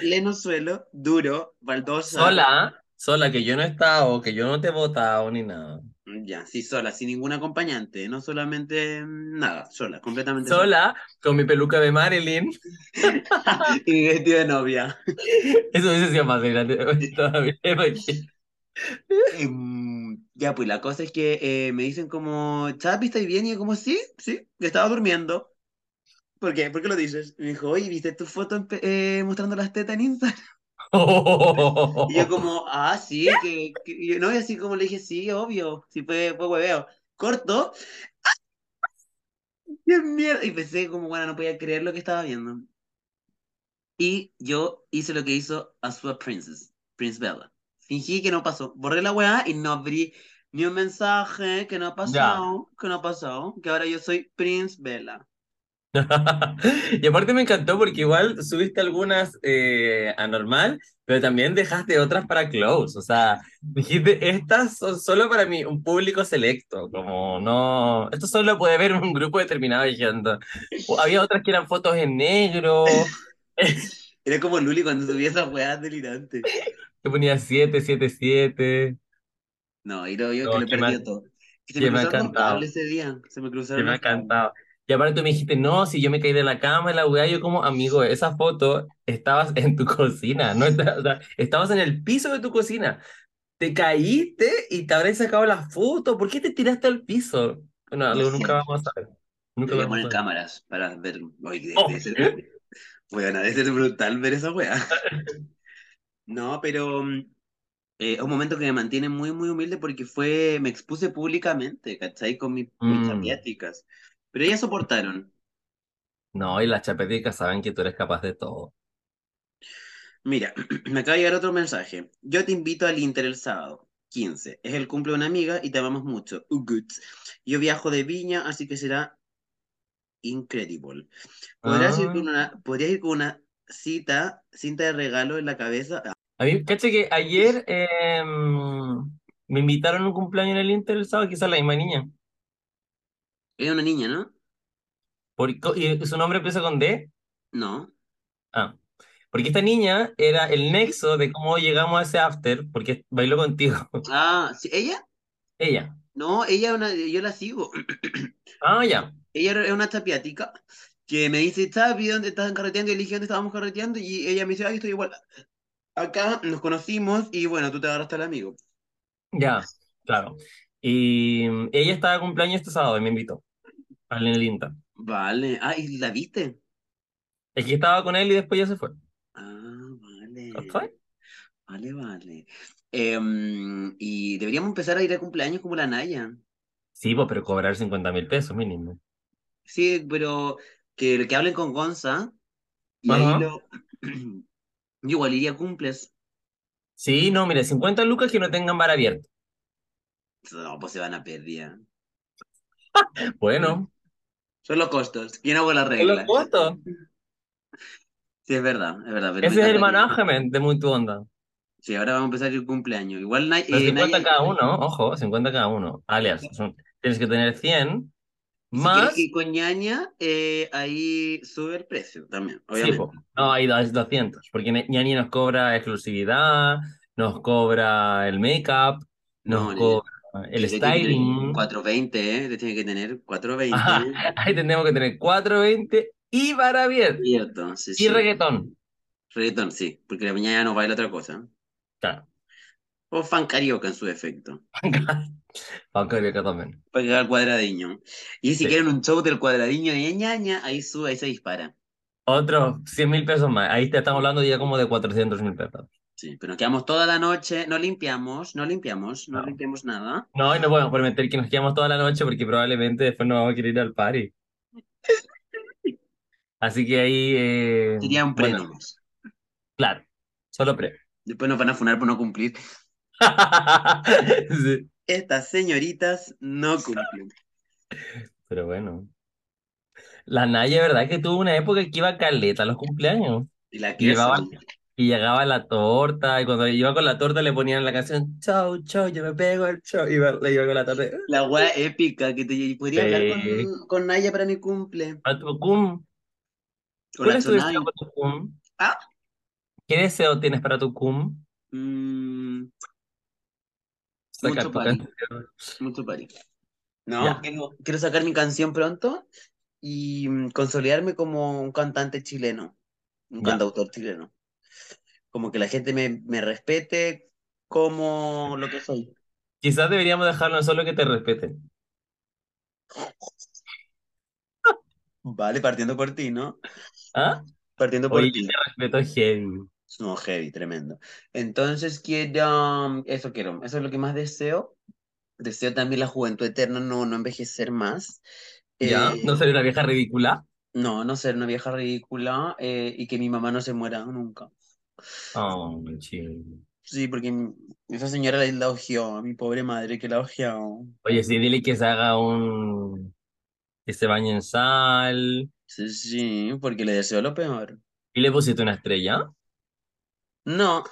[SPEAKER 2] pleno suelo, duro, baldosa,
[SPEAKER 1] Sola, sola, que yo no he estado, que yo no te he votado ni nada.
[SPEAKER 2] ya, sí, sola, sin ningún acompañante, no solamente em, nada, sola, completamente sola.
[SPEAKER 1] Sola, con mi peluca de Marilyn.
[SPEAKER 2] Y mi vestido de novia.
[SPEAKER 1] Eso hubiese sido más grande todavía. porque-
[SPEAKER 2] Em, ya, pues la cosa es que eh, me dicen como, Chapi, ¿estás bien? Y yo como, sí, sí, yo estaba durmiendo. ¿Por qué? ¿Por qué lo dices? Y me dijo, oye, ¿viste tu foto en pe- eh, mostrando las tetas en Instagram? Y yo como, ah, sí, que, que-". Y yo, no, y así como le dije, sí, obvio, sí fue, fue hueveo. Corto, qué mierda. Y pensé como, bueno, no podía creer lo que estaba viendo. Y yo hice lo que hizo Azua Princess, Prince Bella. Fingí que no pasó. Borré la weá y no abrí ni un mensaje que no ha
[SPEAKER 1] Ya,
[SPEAKER 2] pasado, que no ha pasado, que ahora yo soy Prince Bella.
[SPEAKER 1] Y aparte me encantó porque igual subiste algunas eh, a normal, pero también dejaste otras para close. O sea, dijiste, estas son solo para mí, un público selecto. Como no, esto solo puede ver un grupo determinado de gente. O Había otras que eran fotos en negro.
[SPEAKER 2] Era como Luli cuando subía esas weas delirantes.
[SPEAKER 1] Te ponía 777.
[SPEAKER 2] No, y no, yo que
[SPEAKER 1] No,
[SPEAKER 2] lo
[SPEAKER 1] que me
[SPEAKER 2] perdí
[SPEAKER 1] ha,
[SPEAKER 2] todo. Que se me
[SPEAKER 1] que me
[SPEAKER 2] cruzaron
[SPEAKER 1] ha
[SPEAKER 2] los
[SPEAKER 1] encantado.
[SPEAKER 2] cables ese día. Se me
[SPEAKER 1] Que
[SPEAKER 2] cruzaron
[SPEAKER 1] me ha
[SPEAKER 2] los cables.
[SPEAKER 1] encantado. Y aparte tú me dijiste, no, si yo me caí de la cama y la weá, yo como, amigo, esa foto estabas en tu cocina, no Está- o sea, estabas en el piso de tu cocina. Te caíste y te habrás sacado la foto. ¿Por qué te tiraste al piso? Bueno,
[SPEAKER 2] No
[SPEAKER 1] algo
[SPEAKER 2] sé.
[SPEAKER 1] nunca vamos a saber. Nunca
[SPEAKER 2] Debería
[SPEAKER 1] vamos a
[SPEAKER 2] poner
[SPEAKER 1] saber.
[SPEAKER 2] cámaras para ver. Oye, debe
[SPEAKER 1] Oh.
[SPEAKER 2] debe ser, weón, debe ser brutal ver esa wea. No, pero mm, eh, es un momento que me mantiene muy, muy humilde porque fue, me expuse públicamente, ¿cachai? Con mi- mis
[SPEAKER 1] Mm.
[SPEAKER 2] chapiáticas. Pero ellas soportaron.
[SPEAKER 1] No, y las chapeticas saben que tú eres capaz de todo.
[SPEAKER 2] Mira, me acaba de llegar otro mensaje. Yo te invito al Inter el sábado, 15. Es el cumple de una amiga y te amamos mucho. Uguts. Yo viajo de Viña, así que será increíble. ¿Podrás ir
[SPEAKER 1] Ah.
[SPEAKER 2] con una, podrías ir con una cita, cinta de regalo en la cabeza? Ah,
[SPEAKER 1] A mí, caché que ayer em, me invitaron a un cumpleaños en el Inter el sábado, quizás la misma niña.
[SPEAKER 2] Es una niña, ¿no?
[SPEAKER 1] Por- co- y su nombre empieza con D.
[SPEAKER 2] No.
[SPEAKER 1] Ah, porque esta niña era el nexo de cómo llegamos a ese after, porque bailó contigo,
[SPEAKER 2] Ah, ¿sí? ¿Ella?
[SPEAKER 1] ella.
[SPEAKER 2] No, ella es una, yo la sigo.
[SPEAKER 1] Ah, ya.
[SPEAKER 2] Ella era- es una tapiática que me dice, Tapi, ¿dónde estás carreteando? Y le dije, ¿dónde estábamos carreteando? Y ella me dice, ay, estoy igual. Acá nos conocimos y bueno, tú te agarraste al amigo.
[SPEAKER 1] Ya, claro. Y mm, ella estaba de cumpleaños este sábado y me invitó al en el INTA.
[SPEAKER 2] Vale. Ah, ¿y la viste?
[SPEAKER 1] Es que estaba con él y después ya se fue.
[SPEAKER 2] Ah, vale.
[SPEAKER 1] ¿Cachai?
[SPEAKER 2] Vale, vale. Em, y deberíamos empezar a ir a cumpleaños como la Naya.
[SPEAKER 1] Sí, pues, pero cobrar 50 mil pesos mínimo.
[SPEAKER 2] Sí, pero que, que hablen con Gonza y ahí
[SPEAKER 1] Ajá.
[SPEAKER 2] lo... Yo igual iría a cumples.
[SPEAKER 1] Sí, no, mira, 50 lucas que no tengan bar abierto.
[SPEAKER 2] No, pues se van a perder.
[SPEAKER 1] Bueno,
[SPEAKER 2] Son los costos. Yo no hago la
[SPEAKER 1] son los
[SPEAKER 2] regla.
[SPEAKER 1] costos.
[SPEAKER 2] Sí, es verdad, es verdad, pero me
[SPEAKER 1] Ese es el
[SPEAKER 2] encantaría.
[SPEAKER 1] management de Muy Tu Onda.
[SPEAKER 2] Sí, ahora vamos a empezar el cumpleaños. Igual Nay-
[SPEAKER 1] Pero
[SPEAKER 2] eh,
[SPEAKER 1] 50
[SPEAKER 2] Naya,
[SPEAKER 1] cada uno, ojo, 50 cada uno. Alias, son- tienes que tener 100
[SPEAKER 2] y si quieres
[SPEAKER 1] más.
[SPEAKER 2] ir con ñaña, eh, ahí sube el precio también,
[SPEAKER 1] Sí,
[SPEAKER 2] obviamente.
[SPEAKER 1] po. No, hay dos- 200, porque Ña- Ñani nos cobra exclusividad, nos cobra el make-up, nos
[SPEAKER 2] No, nene,
[SPEAKER 1] cobra el
[SPEAKER 2] te tiene que tener
[SPEAKER 1] styling.
[SPEAKER 2] 420, ¿eh? Te tiene que tener 420.
[SPEAKER 1] Ajá, ahí tendríamos que tener 420 y para bien.
[SPEAKER 2] Cierto, sí,
[SPEAKER 1] Y
[SPEAKER 2] sí.
[SPEAKER 1] reggaetón.
[SPEAKER 2] Reggaetón, sí, porque la mañana no baila otra cosa.
[SPEAKER 1] Claro.
[SPEAKER 2] O fan carioca en su defecto,
[SPEAKER 1] Banco de Bioca también.
[SPEAKER 2] para llegar al cuadradiño. Y si
[SPEAKER 1] Sí.
[SPEAKER 2] quieren un show del cuadradiño de ñaña, ahí sube, ahí se dispara.
[SPEAKER 1] Otros 100 mil pesos más. Ahí te estamos hablando ya como de 400 mil pesos.
[SPEAKER 2] Sí, pero nos quedamos toda la noche, no limpiamos, no limpiamos, no
[SPEAKER 1] No.
[SPEAKER 2] limpiamos nada.
[SPEAKER 1] No, y no podemos prometer que nos quedamos toda la noche porque probablemente después nos vamos a querer ir al party. Así que ahí, eh,
[SPEAKER 2] Sería un pre
[SPEAKER 1] bueno,
[SPEAKER 2] nomás.
[SPEAKER 1] claro, solo pre.
[SPEAKER 2] Después nos van a funar por no cumplir.
[SPEAKER 1] Sí,
[SPEAKER 2] Estas señoritas no cumplen.
[SPEAKER 1] pero bueno. La Naya, ¿verdad? Que tuvo una época que iba caleta a los cumpleaños.
[SPEAKER 2] Y la
[SPEAKER 1] Y llevaba,
[SPEAKER 2] Kirsten.
[SPEAKER 1] y llegaba la torta, y cuando iba con la torta le ponían la canción, chau, chau, yo me pego el chau, y iba- le iba con la torta.
[SPEAKER 2] La wea épica que te y podría hablar con,
[SPEAKER 1] Sí.
[SPEAKER 2] con Naya para mi cumple.
[SPEAKER 1] Para tu cum,
[SPEAKER 2] Con
[SPEAKER 1] ¿cuál
[SPEAKER 2] la
[SPEAKER 1] es tu deseo
[SPEAKER 2] Chonai.
[SPEAKER 1] para tu cum?
[SPEAKER 2] Ah,
[SPEAKER 1] ¿Qué deseo tienes para tu cum?
[SPEAKER 2] mm,
[SPEAKER 1] Sacar
[SPEAKER 2] mucho
[SPEAKER 1] tu
[SPEAKER 2] pari,
[SPEAKER 1] canción.
[SPEAKER 2] mucho pari. No,
[SPEAKER 1] Ya.
[SPEAKER 2] quiero, quiero sacar mi canción pronto y mm, consolidarme como un cantante chileno, un
[SPEAKER 1] Ya.
[SPEAKER 2] cantautor chileno. Como que la gente me, me respete como lo que soy.
[SPEAKER 1] Quizás deberíamos dejarlo en solo que te respeten.
[SPEAKER 2] Vale, partiendo por ti, ¿no?
[SPEAKER 1] ¿Ah?
[SPEAKER 2] Partiendo por
[SPEAKER 1] Oye,
[SPEAKER 2] ti.
[SPEAKER 1] yo te respeto heavy.
[SPEAKER 2] No, heavy, tremendo. Entonces quiero, um, eso quiero, eso es lo que más deseo. Deseo también la juventud eterna, no, no envejecer más.
[SPEAKER 1] ¿Ya? ¿No
[SPEAKER 2] Eh,
[SPEAKER 1] seré una vieja ridícula?
[SPEAKER 2] no, no ser una vieja ridícula eh, y que mi mamá no se muera nunca.
[SPEAKER 1] Oh, qué chido.
[SPEAKER 2] Sí, porque mi- esa señora la, la ojeó, a mi pobre madre que la ojeó.
[SPEAKER 1] Oye, sí, dile que se haga un, que se bañe en sal.
[SPEAKER 2] Sí, sí, porque le deseo lo peor.
[SPEAKER 1] ¿Y le pusiste una estrella?
[SPEAKER 2] No,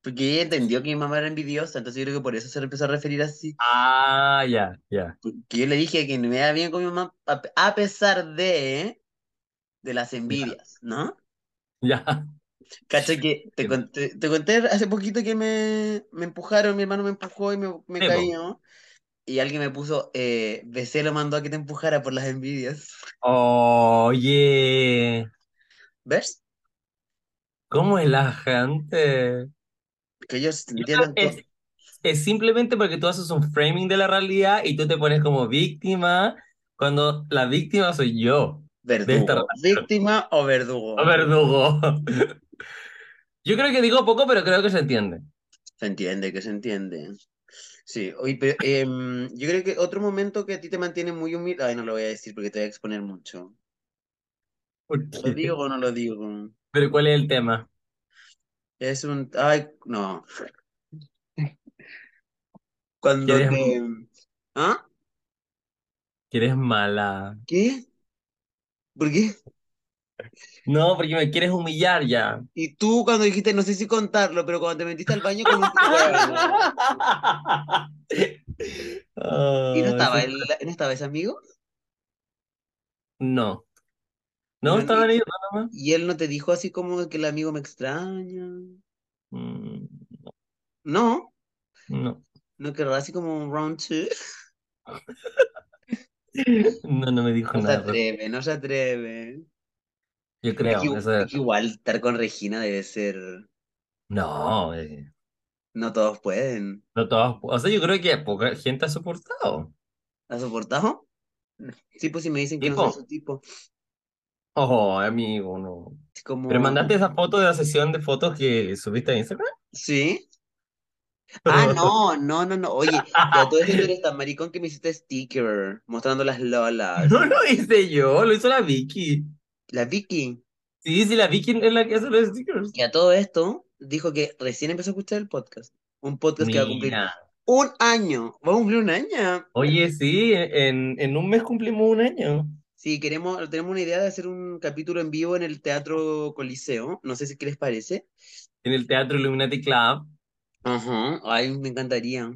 [SPEAKER 2] porque ella entendió que mi mamá era envidiosa, entonces yo creo que por eso se empezó a referir así.
[SPEAKER 1] Ah, ya, ya.
[SPEAKER 2] Porque yo le dije que me iba bien con mi mamá a pe- a pesar de, de las envidias, ¿no?
[SPEAKER 1] Ya.
[SPEAKER 2] Cacha que te conté, te conté hace poquito que me, me empujaron, mi hermano me empujó y me, me
[SPEAKER 1] Sí,
[SPEAKER 2] caí,
[SPEAKER 1] po.
[SPEAKER 2] ¿no? Y alguien me puso, eh, BC lo mandó a que te empujara por las envidias.
[SPEAKER 1] Oye,
[SPEAKER 2] ¿Ves?
[SPEAKER 1] ¿cómo es la gente?
[SPEAKER 2] Que ellos
[SPEAKER 1] Yo creo
[SPEAKER 2] entienden
[SPEAKER 1] que
[SPEAKER 2] todo.
[SPEAKER 1] es, es simplemente porque tú haces un framing de la realidad y tú te pones como víctima cuando la víctima soy yo de esta
[SPEAKER 2] ¿Verdugo?
[SPEAKER 1] relación.
[SPEAKER 2] ¿Víctima o verdugo?
[SPEAKER 1] No, verdugo. Yo creo que digo poco, pero creo que se entiende.
[SPEAKER 2] Se entiende, que se entiende. Sí, oye, pero, em, yo creo que otro momento que a ti te mantiene muy humilde. Ay, no lo voy a decir porque te voy a exponer mucho.
[SPEAKER 1] ¿Por
[SPEAKER 2] ¿Lo digo
[SPEAKER 1] qué?
[SPEAKER 2] o no lo digo?
[SPEAKER 1] Pero ¿cuál es el tema?
[SPEAKER 2] Es un. Ay, no. Cuando
[SPEAKER 1] ¿Quieres,
[SPEAKER 2] te. ¿Ah?
[SPEAKER 1] quieres mala?
[SPEAKER 2] ¿Qué? ¿Por qué?
[SPEAKER 1] No, porque me quieres humillar ya.
[SPEAKER 2] Y tú cuando dijiste, no sé si contarlo, pero cuando te metiste al baño con un
[SPEAKER 1] Ah,
[SPEAKER 2] huevo. ¿Y no
[SPEAKER 1] Ay,
[SPEAKER 2] estaba,
[SPEAKER 1] sí.
[SPEAKER 2] el, no estaba ese amigo?
[SPEAKER 1] No, no
[SPEAKER 2] No,
[SPEAKER 1] estaba
[SPEAKER 2] ni-
[SPEAKER 1] ni nada más.
[SPEAKER 2] y él no te dijo así como que el amigo me extraña.
[SPEAKER 1] Mm,
[SPEAKER 2] No,
[SPEAKER 1] No,
[SPEAKER 2] no querrá así como un round two.
[SPEAKER 1] no, no me dijo
[SPEAKER 2] No se
[SPEAKER 1] nada al respecto.
[SPEAKER 2] atreve, no se atreve.
[SPEAKER 1] Yo
[SPEAKER 2] Es que,
[SPEAKER 1] creo, eso
[SPEAKER 2] es
[SPEAKER 1] es.
[SPEAKER 2] que igual estar con Regina debe ser.
[SPEAKER 1] No, eh,
[SPEAKER 2] No todos pueden.
[SPEAKER 1] no todos. O sea, yo creo que poca gente ha soportado.
[SPEAKER 2] ¿La soportado? Sí, pues si me dicen que no soy su
[SPEAKER 1] Tipo,
[SPEAKER 2] tipo.
[SPEAKER 1] oh, amigo, no.
[SPEAKER 2] Es
[SPEAKER 1] Pero
[SPEAKER 2] como.
[SPEAKER 1] mandaste esa foto de la sesión de fotos que subiste a Instagram.
[SPEAKER 2] ¿Sí? Ah, no, no, no, no. Oye, y a todo esto tú eres tan maricón que me hiciste sticker mostrando las
[SPEAKER 1] No
[SPEAKER 2] lolas.
[SPEAKER 1] lo hice yo, lo hizo la Vicky.
[SPEAKER 2] La Vicky,
[SPEAKER 1] Sí, sí, la Vicky es la que hace los stickers.
[SPEAKER 2] que a todo esto dijo que recién empezó a escuchar el podcast. Un podcast que va a cumplir
[SPEAKER 1] Mira.
[SPEAKER 2] un año. ¿Va a cumplir un año?
[SPEAKER 1] Oye, sí, en, en un mes cumplimos un año.
[SPEAKER 2] Sí, queremos, tenemos una idea de hacer un capítulo en vivo en el Teatro Coliseo. No sé si qué les parece.
[SPEAKER 1] En el Teatro Illuminati Club.
[SPEAKER 2] Ajá, ay, me encantaría.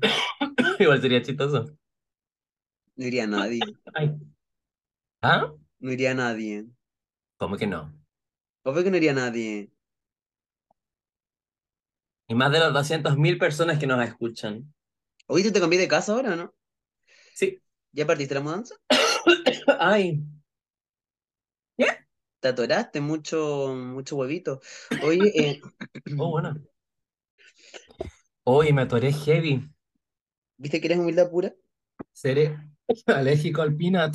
[SPEAKER 1] Igual sería chistoso.
[SPEAKER 2] No iría nadie,
[SPEAKER 1] Ay. ¿Ah?
[SPEAKER 2] no iría nadie.
[SPEAKER 1] ¿Cómo que no?
[SPEAKER 2] Obvio que no iría nadie.
[SPEAKER 1] Y más de las 200.000 personas que nos escuchan.
[SPEAKER 2] Oye, ¿tú te cambié de casa ahora, no?
[SPEAKER 1] Sí.
[SPEAKER 2] ¿Ya partiste la mudanza?
[SPEAKER 1] Ay. ¿Ya?
[SPEAKER 2] Te atoraste mucho, mucho huevito. Oye, eh,
[SPEAKER 1] Oh, bueno. Oye, me atoré heavy.
[SPEAKER 2] ¿viste que eres humildad pura?
[SPEAKER 1] Seré alérgico al peanut.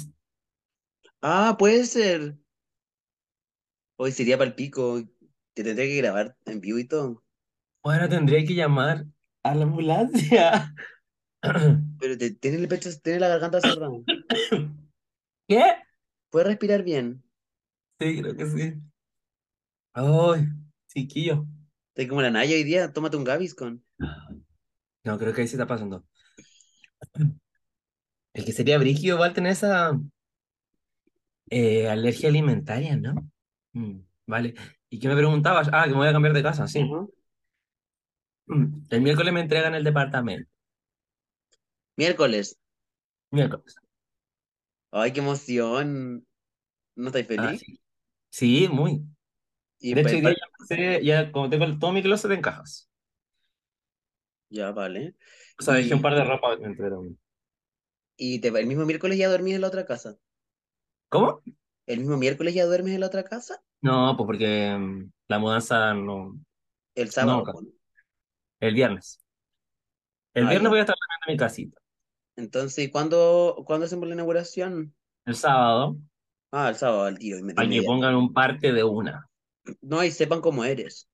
[SPEAKER 2] Ah, puede ser. Hoy sería para el pico. Te tendría que grabar en vivo y todo.
[SPEAKER 1] Bueno, tendría que llamar a la ambulancia.
[SPEAKER 2] Pero te tienes el pecho, tienes la garganta cerrada.
[SPEAKER 1] ¿Qué?
[SPEAKER 2] Puedes respirar bien.
[SPEAKER 1] Sí, creo que sí. Ay, chiquillo.
[SPEAKER 2] Estoy como la Naya hoy día. Tómate un Gaviscon.
[SPEAKER 1] No, creo que ahí se está pasando. El que sería brígido igual tener esa eh, alergia alimentaria, ¿no? Mm, vale. ¿Y qué me preguntabas? Ah, que me voy a cambiar de casa, sí.
[SPEAKER 2] Ajá.
[SPEAKER 1] Mm, El miércoles me entregan el departamento.
[SPEAKER 2] Miércoles.
[SPEAKER 1] Miércoles.
[SPEAKER 2] Ay, qué emoción. ¿No estáis
[SPEAKER 1] Ah,
[SPEAKER 2] feliz?
[SPEAKER 1] sí. Sí, muy.
[SPEAKER 2] Y pues,
[SPEAKER 1] De
[SPEAKER 2] pa-
[SPEAKER 1] hecho, hoy día
[SPEAKER 2] pa-
[SPEAKER 1] ya, empecé- ya como tengo todo mi closet en cajas.
[SPEAKER 2] Ya, vale.
[SPEAKER 1] O sea, dejé un
[SPEAKER 2] Y,
[SPEAKER 1] par de ropa entre aún.
[SPEAKER 2] y te, el mismo miércoles ya dormís en la otra casa.
[SPEAKER 1] ¿Cómo?
[SPEAKER 2] ¿El mismo miércoles ya duermes en la otra casa?
[SPEAKER 1] No, pues porque mm, la mudanza no.
[SPEAKER 2] El
[SPEAKER 1] No,
[SPEAKER 2] sábado,
[SPEAKER 1] ca-
[SPEAKER 2] bueno.
[SPEAKER 1] el viernes. El
[SPEAKER 2] Ah,
[SPEAKER 1] viernes
[SPEAKER 2] ya.
[SPEAKER 1] voy a estar en mi casita.
[SPEAKER 2] Entonces, ¿y ¿cuándo, cuándo hacemos la inauguración?
[SPEAKER 1] El sábado,
[SPEAKER 2] Ah, el sábado, al tiro, inme- de
[SPEAKER 1] para que
[SPEAKER 2] inmediato.
[SPEAKER 1] pongan un parte de una.
[SPEAKER 2] No, y sepan cómo eres,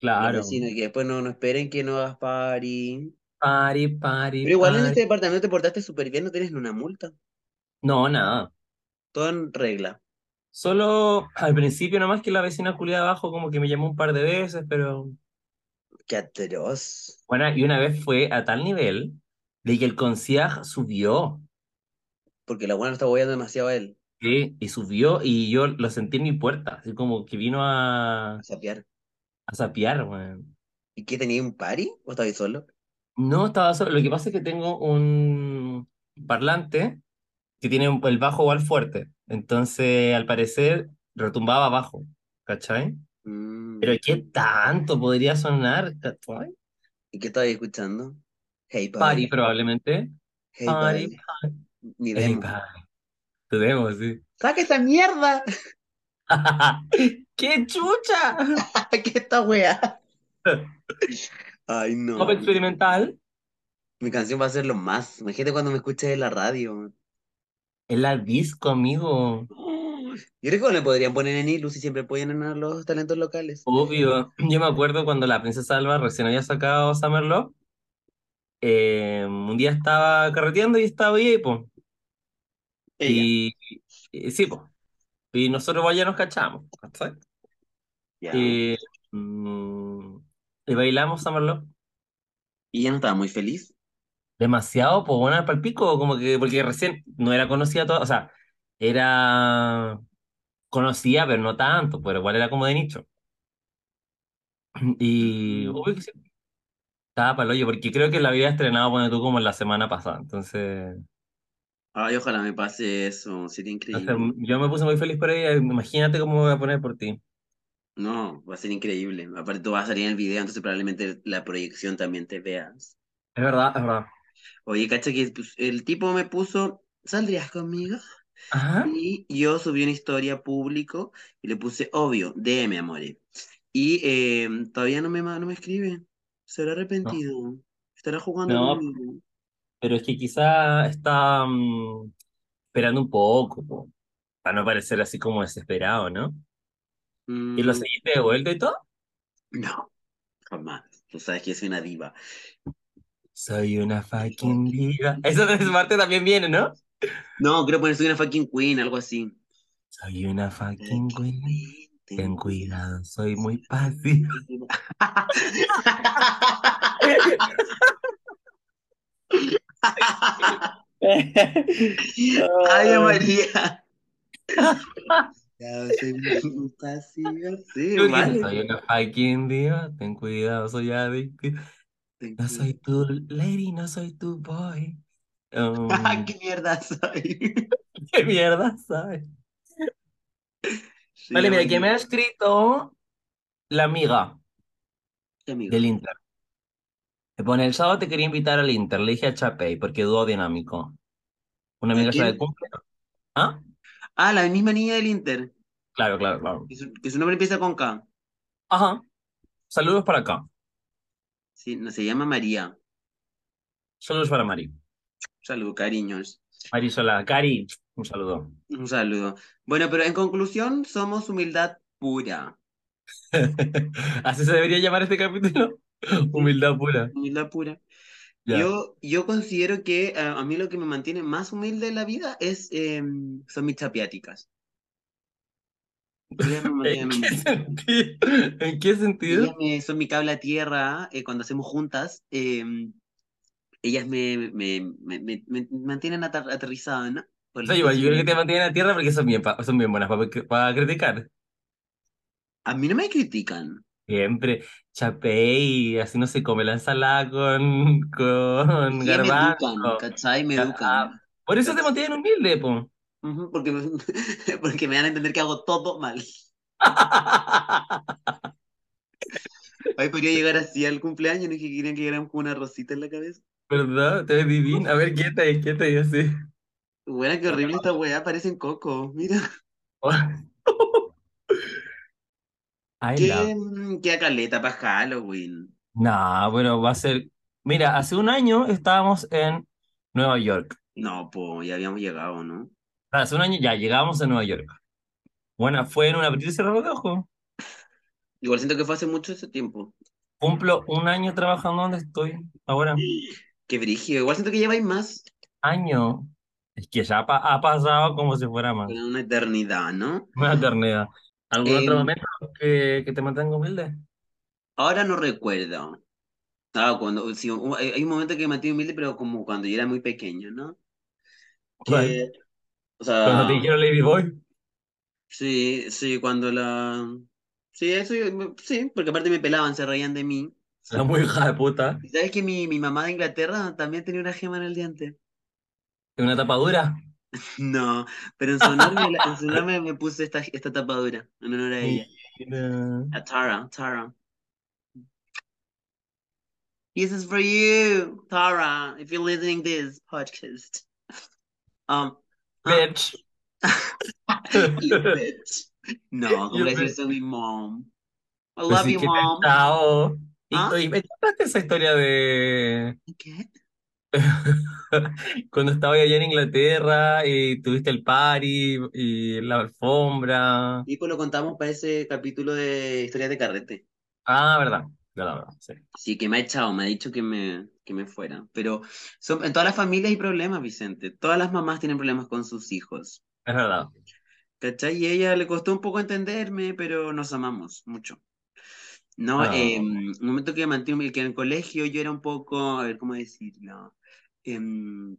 [SPEAKER 2] los
[SPEAKER 1] Claro.
[SPEAKER 2] vecinos, y que después no, no esperen que no hagas party.
[SPEAKER 1] Pari, pari,
[SPEAKER 2] Pero igual en este
[SPEAKER 1] pari.
[SPEAKER 2] departamento te portaste súper bien, no tienes ni una multa.
[SPEAKER 1] No, nada.
[SPEAKER 2] Todo en regla.
[SPEAKER 1] Solo al principio nomás que la vecina culia de abajo como que me llamó un par de veces, pero...
[SPEAKER 2] Qué atroz.
[SPEAKER 1] Bueno, y una vez fue a tal nivel de que el concierge subió.
[SPEAKER 2] porque la weá lo estaba apoyando demasiado a él.
[SPEAKER 1] Sí, y subió y yo lo sentí en mi puerta, así como que vino a,
[SPEAKER 2] A sapear.
[SPEAKER 1] a sapear, weón.
[SPEAKER 2] ¿Y qué tenía un party? ¿O estabais solo?
[SPEAKER 1] No estaba solo. Lo que pasa es que tengo un parlante que tiene un- el bajo igual fuerte. Entonces, al parecer, retumbaba bajo, ¿cachai? Pero
[SPEAKER 2] Mm.
[SPEAKER 1] ¿qué tanto podría sonar, ¿cachai?
[SPEAKER 2] ¿Y qué estabais escuchando? Hey
[SPEAKER 1] Party,
[SPEAKER 2] boy,
[SPEAKER 1] probablemente.
[SPEAKER 2] hey
[SPEAKER 1] Party,
[SPEAKER 2] boy, mi
[SPEAKER 1] hey,
[SPEAKER 2] demo.
[SPEAKER 1] party. Tu demo, sí.
[SPEAKER 2] ¡Saca esa mierda!
[SPEAKER 1] ¡Qué chucha!
[SPEAKER 2] ¿Qué esta weá? Ay,
[SPEAKER 1] Pop
[SPEAKER 2] no.
[SPEAKER 1] experimental
[SPEAKER 2] Mi canción va a ser lo más. Imagínate cuando me escuches en la radio. man.
[SPEAKER 1] es la disco, amigo.
[SPEAKER 2] Yo creo que le podrían poner en Ilus y siempre ponen a los talentos locales.
[SPEAKER 1] Oh, Obvio. Yo me acuerdo cuando la princesa Alba recién había sacado Summer Love. eh, un día estaba carreteando y estaba ahí, po.
[SPEAKER 2] Ella.
[SPEAKER 1] Y, y- sí, po. Y nosotros igual ya nos cachamos, ¿cachai?
[SPEAKER 2] Ya.
[SPEAKER 1] Eh, mm, y bailamos Summer Love.
[SPEAKER 2] Y ella no estaba muy feliz.
[SPEAKER 1] Demasiado, pues buena para el pico, como que, porque recién no era conocida toda, o sea, era conocida, pero no tanto, pero igual era como de nicho. Y
[SPEAKER 2] Mm.
[SPEAKER 1] obvio que sí, estaba para el hoyo, porque creo que la había estrenado, pone tú, como la semana pasada, entonces.
[SPEAKER 2] Ay, ojalá me pase eso. Sería increíble.
[SPEAKER 1] Entonces, yo me puse muy feliz por ella. Imagínate cómo me voy a poner por ti.
[SPEAKER 2] No, va a ser increíble. Aparte, tú vas a salir en el video, entonces probablemente la proyección también te veas.
[SPEAKER 1] Es verdad, es verdad.
[SPEAKER 2] Oye, cacha que pues, el tipo me puso, ¿saldrías conmigo?
[SPEAKER 1] Ajá.
[SPEAKER 2] Y yo subí una historia público y le puse, obvio, DM, amore. Y eh, todavía no me, ma- no me escribe. Será
[SPEAKER 1] No,
[SPEAKER 2] arrepentido. Estará jugando
[SPEAKER 1] no,
[SPEAKER 2] conmigo.
[SPEAKER 1] pero es que quizá está mm, esperando un poco, po, para no parecer así como desesperado, ¿no? ¿Y lo
[SPEAKER 2] Mm,
[SPEAKER 1] seguiste de vuelta y todo?
[SPEAKER 2] no, jamás. Tú sabes que soy una diva.
[SPEAKER 1] Soy una
[SPEAKER 2] Una
[SPEAKER 1] fucking
[SPEAKER 2] fucking
[SPEAKER 1] diva.
[SPEAKER 2] queen.
[SPEAKER 1] Eso de su parte también viene, ¿no?
[SPEAKER 2] No, creo poner soy una fucking queen, algo así.
[SPEAKER 1] Soy una fucking
[SPEAKER 2] Fucking
[SPEAKER 1] queen.
[SPEAKER 2] queen, ten
[SPEAKER 1] Ten
[SPEAKER 2] cuidado.
[SPEAKER 1] cuidado, soy muy pasiva.
[SPEAKER 2] soy una- Ay, María. Ya, soy muy pasiva. Sí,
[SPEAKER 1] Creo que
[SPEAKER 2] vale.
[SPEAKER 1] soy una fucking diva. Ten cuidado, soy adictiva.
[SPEAKER 2] Ten
[SPEAKER 1] No soy
[SPEAKER 2] cuidado.
[SPEAKER 1] tu lady, no soy tu boy. Um,
[SPEAKER 2] Ah, ¿Qué mierda soy?
[SPEAKER 1] ¿qué mierda sabes?
[SPEAKER 2] Sí,
[SPEAKER 1] Vale, mira, que me ha
[SPEAKER 2] María.
[SPEAKER 1] escrito la amiga
[SPEAKER 2] ¿Qué
[SPEAKER 1] del
[SPEAKER 2] amiga?
[SPEAKER 1] Inter. Me pone, el sábado te quería invitar al Inter, le dije a Chapey, porque dúo dinámico. Una
[SPEAKER 2] ¿A
[SPEAKER 1] amiga está de
[SPEAKER 2] quién?
[SPEAKER 1] cumple. ¿Ah?
[SPEAKER 2] Ah, la misma niña del Inter.
[SPEAKER 1] Claro, claro, claro.
[SPEAKER 2] Que su, que su nombre empieza con K.
[SPEAKER 1] Ajá, saludos para acá.
[SPEAKER 2] Sí, no, se llama María.
[SPEAKER 1] Saludos para Mari.
[SPEAKER 2] Saludos, cariños.
[SPEAKER 1] Marisola, Cari, un saludo.
[SPEAKER 2] Un saludo. Bueno, pero en conclusión, somos humildad pura.
[SPEAKER 1] Así se debería llamar este capítulo.
[SPEAKER 2] Sí,
[SPEAKER 1] Humildad pura.
[SPEAKER 2] humildad pura.
[SPEAKER 1] Ya.
[SPEAKER 2] Yo, yo considero que eh, a mí lo que me mantiene más humilde en la vida es, eh, son mis chapiáticas. Ellas me mantienen
[SPEAKER 1] ¿En
[SPEAKER 2] humilde.
[SPEAKER 1] qué sentido? ¿En qué
[SPEAKER 2] Ellas
[SPEAKER 1] sentido?
[SPEAKER 2] me, son mi cable a tierra eh, cuando hacemos juntas. eh, ellas me, me, me, me- me mantienen ater- aterrizado, ¿no? Por
[SPEAKER 1] O sea,
[SPEAKER 2] los
[SPEAKER 1] igual,
[SPEAKER 2] techos
[SPEAKER 1] yo
[SPEAKER 2] de
[SPEAKER 1] creo
[SPEAKER 2] mi
[SPEAKER 1] que te
[SPEAKER 2] casa.
[SPEAKER 1] mantienen a tierra porque son bien, pa- son bien buenas para criticar.
[SPEAKER 2] A mí no me critican.
[SPEAKER 1] Siempre, chapey, así no se come la ensalada con, con
[SPEAKER 2] Ellas me educan,
[SPEAKER 1] garbanzo.
[SPEAKER 2] ¿cachai? Me
[SPEAKER 1] Ya, ah,
[SPEAKER 2] educan.
[SPEAKER 1] por eso te
[SPEAKER 2] ¿cachai?
[SPEAKER 1] mantienen humilde, po.
[SPEAKER 2] Ujú, Porque me, porque me dan a entender que hago todo mal. Hoy podría llegar así al cumpleaños, no dije que querían que llegáramos con una rosita en la cabeza.
[SPEAKER 1] ¿Verdad? Te ves divino. A ver, quieta ahí, quieta ahí, así.
[SPEAKER 2] Buena, qué horrible esta weá, parecen coco. Mira.
[SPEAKER 1] I
[SPEAKER 2] Qué,
[SPEAKER 1] love.
[SPEAKER 2] mm, qué caleta para Halloween.
[SPEAKER 1] Nah, bueno, va a ser. Mira, hace un año estábamos en Nueva York.
[SPEAKER 2] No, pues ya habíamos llegado, ¿no?
[SPEAKER 1] Hace un año ya llegábamos a Nueva York. Bueno, fue en un abrir y cerrar de ojos.
[SPEAKER 2] Igual siento que fue hace mucho ese tiempo.
[SPEAKER 1] Cumplo un año trabajando donde estoy ahora.
[SPEAKER 2] Qué brígido. Igual siento que lleváis más.
[SPEAKER 1] Año. Es que ya pa- ha pasado como si fuera más.
[SPEAKER 2] Era una eternidad, ¿no?
[SPEAKER 1] Una eternidad. ¿Algún otro
[SPEAKER 2] Em,
[SPEAKER 1] momento que, que te mantenga humilde?
[SPEAKER 2] ahora no recuerdo. Ah, cuando, sí, u- hay hay un momento que ah. me mantiene humilde, pero como cuando yo era muy pequeño, ¿no?
[SPEAKER 1] Vale.
[SPEAKER 2] que, o
[SPEAKER 1] Cuando te
[SPEAKER 2] sea,
[SPEAKER 1] dijeron Lady Boy.
[SPEAKER 2] sí, sí, cuando la... Sí, eso, yo- me- sí, porque aparte me pelaban, se reían de mí.
[SPEAKER 1] Era muy hija de puta.
[SPEAKER 2] ¿Y sabes que mi, mi mamá de Inglaterra también tenía una gema en el diente?
[SPEAKER 1] Y Una tapadura.
[SPEAKER 2] No, pero en su honor me, la- en su honor me, me puse esta, esta tapadura, en honor a ella,
[SPEAKER 1] Mira.
[SPEAKER 2] a Tara, Tara. This is for you, Tara, if you're listening this podcast. Um, uh,
[SPEAKER 1] Bitch.
[SPEAKER 2] you bitch. No,
[SPEAKER 1] You bitch.
[SPEAKER 2] congratulations to my mom. Ah, I
[SPEAKER 1] Pues
[SPEAKER 2] love
[SPEAKER 1] sí
[SPEAKER 2] you,
[SPEAKER 1] que te
[SPEAKER 2] mom.
[SPEAKER 1] chao. Y,
[SPEAKER 2] ¿Ah?
[SPEAKER 1] y me contaste esa historia de
[SPEAKER 2] ¿Qué?
[SPEAKER 1] cuando estaba allá en Inglaterra y tuviste el party y la alfombra.
[SPEAKER 2] Y pues lo contamos para ese capítulo de Historias de Carrete.
[SPEAKER 1] Ah, verdad. Verdad, verdad, sí.
[SPEAKER 2] Sí, que me ha echado, me ha dicho que me, que me fuera. Pero son, en todas las familias hay problemas, Vicente. Todas las mamás tienen problemas con sus hijos.
[SPEAKER 1] Es verdad.
[SPEAKER 2] ¿Cachai? Y a ella le costó un poco entenderme, pero nos amamos mucho. No, eh,
[SPEAKER 1] Ah,
[SPEAKER 2] un momento que mantuve, que en el colegio yo era un poco, a ver, ¿cómo decirlo? Em,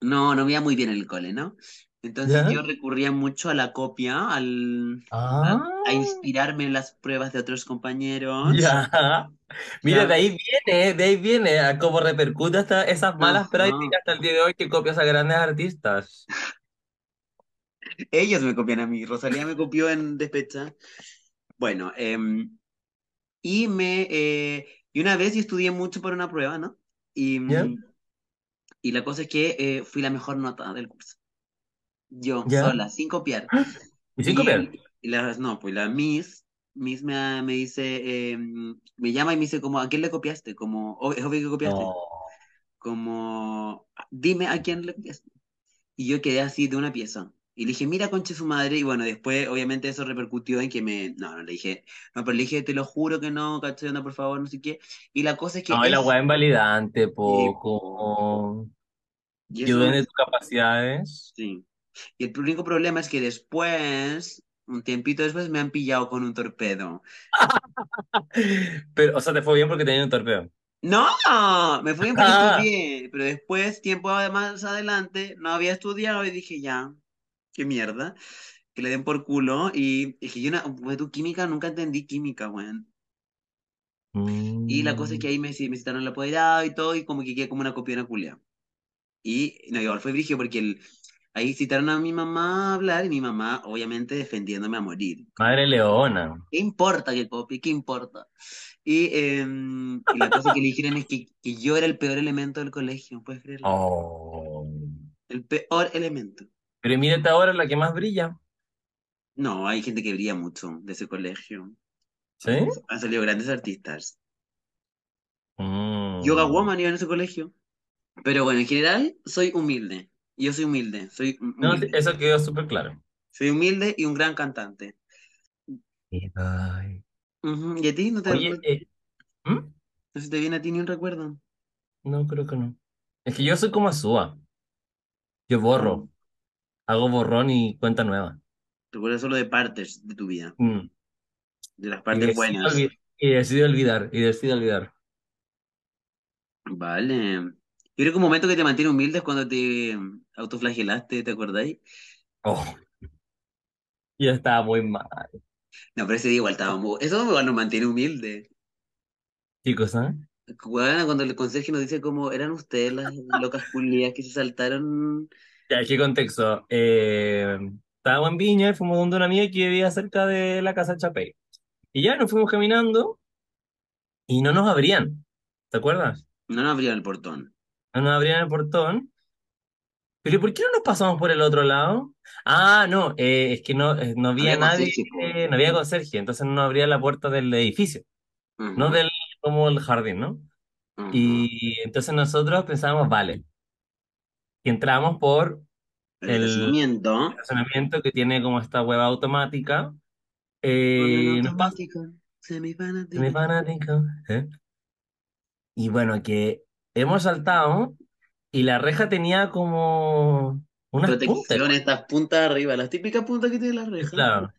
[SPEAKER 2] no, no me iba muy bien en el cole, ¿no? Entonces
[SPEAKER 1] ¿ya?
[SPEAKER 2] yo recurría mucho a la copia, al, a, a
[SPEAKER 1] Ah,
[SPEAKER 2] inspirarme en las pruebas de otros compañeros.
[SPEAKER 1] ya. Mira, de
[SPEAKER 2] ¿sabes?
[SPEAKER 1] ahí viene, eh, de ahí viene a cómo repercute hasta esas malas
[SPEAKER 2] Ajá.
[SPEAKER 1] prácticas hasta el día de hoy que copias a grandes artistas.
[SPEAKER 2] Ellos me copian a mí. Rosalía me copió en Despecha. Bueno, em, y me eh, y una vez yo estudié mucho para una prueba, ¿no? Y,
[SPEAKER 1] ¿Ya?
[SPEAKER 2] mm, y la cosa es que eh, fui la mejor nota del curso. Yo,
[SPEAKER 1] ¿Ya? ¡Ah!
[SPEAKER 2] sola, sin copiar.
[SPEAKER 1] ¿Y sin copiar?
[SPEAKER 2] Y, y las, no, pues la Miss, Miss me, me dice, em, me llama y me dice como, ¿a quién le copiaste? Como, "Oh, es obvio que copiaste.
[SPEAKER 1] No.
[SPEAKER 2] Como, dime a quién le copiaste. Y yo quedé así de una pieza. Y le dije, mira, conche su madre. Y bueno, después, obviamente, eso repercutió en que me. No, no le dije. No, pero le dije, te lo juro que no, ¿cachai? Onda, por favor, no sé qué. Y la cosa es que
[SPEAKER 1] No, y la
[SPEAKER 2] es.
[SPEAKER 1] weá invalidante,
[SPEAKER 2] Y,
[SPEAKER 1] poco.
[SPEAKER 2] po, y
[SPEAKER 1] Yo
[SPEAKER 2] eso.
[SPEAKER 1] de tus capacidades.
[SPEAKER 2] Sí. Y el único problema es que después, un tiempito después, me han pillado con un torpedo.
[SPEAKER 1] Pero, o sea, te fue bien porque tenía un torpeón.
[SPEAKER 2] ¡No! Me fue bien porque estudié. Pero después, tiempo ad- más adelante, no había estudiado y dije, ya, qué mierda. Que le den por culo. Y dije, yo, güey, tú química, nunca entendí química, güey. Y la cosa
[SPEAKER 1] Mm,
[SPEAKER 2] es que ahí me, ci- me citaron el apoderado y todo, y como que quedé como una copiona culia. Y no, igual fue brigio porque el- ahí citaron a mi mamá a hablar y mi mamá, obviamente, defendiéndome a morir. Como,
[SPEAKER 1] Madre leona.
[SPEAKER 2] ¿qué importa que copie? ¿Qué importa? Y, eh, y la cosa que le dijeron es que, que yo era el peor elemento del colegio, ¿puedes creerlo?
[SPEAKER 1] Oh.
[SPEAKER 2] El peor elemento.
[SPEAKER 1] Pero mírate ahora la que más brilla.
[SPEAKER 2] No, hay gente que brilla mucho de ese colegio. Han,
[SPEAKER 1] ¿Sí?
[SPEAKER 2] han salido grandes artistas. Yoga
[SPEAKER 1] Mm.
[SPEAKER 2] Woman iba en ese colegio. Pero bueno, en general, soy humilde. Yo soy humilde, soy
[SPEAKER 1] No, sí,
[SPEAKER 2] humilde.
[SPEAKER 1] eso quedó súper claro.
[SPEAKER 2] Soy humilde y un gran cantante.
[SPEAKER 1] Ay.
[SPEAKER 2] Ujú, ¿Y a ti no te,
[SPEAKER 1] Oye,
[SPEAKER 2] no,
[SPEAKER 1] eh, ¿hmm?
[SPEAKER 2] no se te viene a ti ni un recuerdo?
[SPEAKER 1] No, creo que no. Es que yo soy como Azúa. Yo
[SPEAKER 2] Mm.
[SPEAKER 1] borro. Hago borrón y cuenta nueva.
[SPEAKER 2] Recuerda solo de partes de tu vida,
[SPEAKER 1] Mm.
[SPEAKER 2] de las
[SPEAKER 1] Y
[SPEAKER 2] partes
[SPEAKER 1] decido
[SPEAKER 2] buenas.
[SPEAKER 1] olvidar. Y decido olvidar. Y decido olvidar.
[SPEAKER 2] Vale. Yo creo que un momento que te mantiene humilde es cuando te autoflagelaste, ¿te acordáis?
[SPEAKER 1] Oh, yo estaba muy mal.
[SPEAKER 2] No, pero ese día igual estaba muy... Eso igual nos mantiene humilde.
[SPEAKER 1] Chicos, ¿eh?
[SPEAKER 2] Bueno, cuando el conserje nos dice como eran ustedes las locas culias que se saltaron...
[SPEAKER 1] Ya, ¿qué contexto? Eh, estábamos en Viña y fuimos donde una amiga que vivía cerca de la casa Chapey. Y ya nos fuimos caminando y no nos abrían. ¿Te acuerdas?
[SPEAKER 2] No nos abrieron el portón.
[SPEAKER 1] No nos abrían el portón. Pero ¿por qué no nos pasamos por el otro lado? Ah, no, eh, es que no, eh, no había
[SPEAKER 2] Había
[SPEAKER 1] nadie,
[SPEAKER 2] conserje, po.
[SPEAKER 1] eh, no había conserje, entonces no nos abría la puerta del edificio, no
[SPEAKER 2] Ujú,
[SPEAKER 1] del, como el jardín, ¿no?
[SPEAKER 2] ujú.
[SPEAKER 1] Y entonces nosotros pensábamos, vale, y entramos por
[SPEAKER 2] mm. El
[SPEAKER 1] el
[SPEAKER 2] estacionamiento.
[SPEAKER 1] estacionamiento que tiene como esta hueva automática.
[SPEAKER 2] Con el
[SPEAKER 1] Eh, nos pasa
[SPEAKER 2] automático,
[SPEAKER 1] mi
[SPEAKER 2] semifanático.
[SPEAKER 1] fanático, ¿eh? Y bueno, que hemos saltado y la reja tenía como unas puntas,
[SPEAKER 2] Protección, estas puntas arriba, las típicas puntas que tiene la
[SPEAKER 1] güey.
[SPEAKER 2] reja.
[SPEAKER 1] Claro.